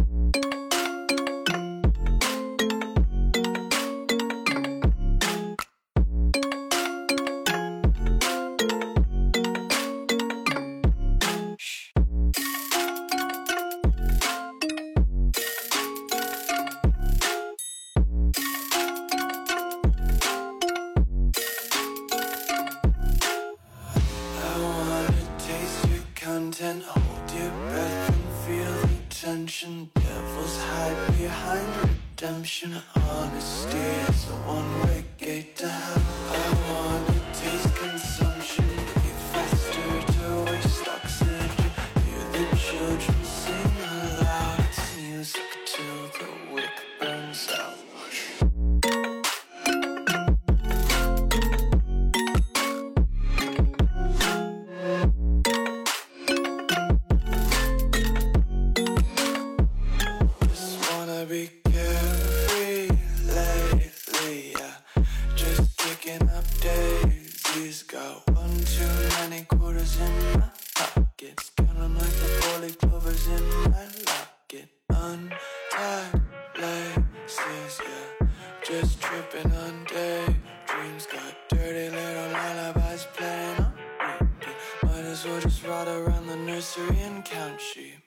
[SPEAKER 5] I wanna taste your content, hold your breath and feel the tension. Devils hide behind redemption. Honesty is a one-way gate to hell. I wanna taste consumption, breathe faster to waste oxygen. Hear the children sing aloud. It's music till the wick burns out. Just wanna be carefree, pretty little lullabies playing on repeat. Might as well just ride around the nursery and count sheep.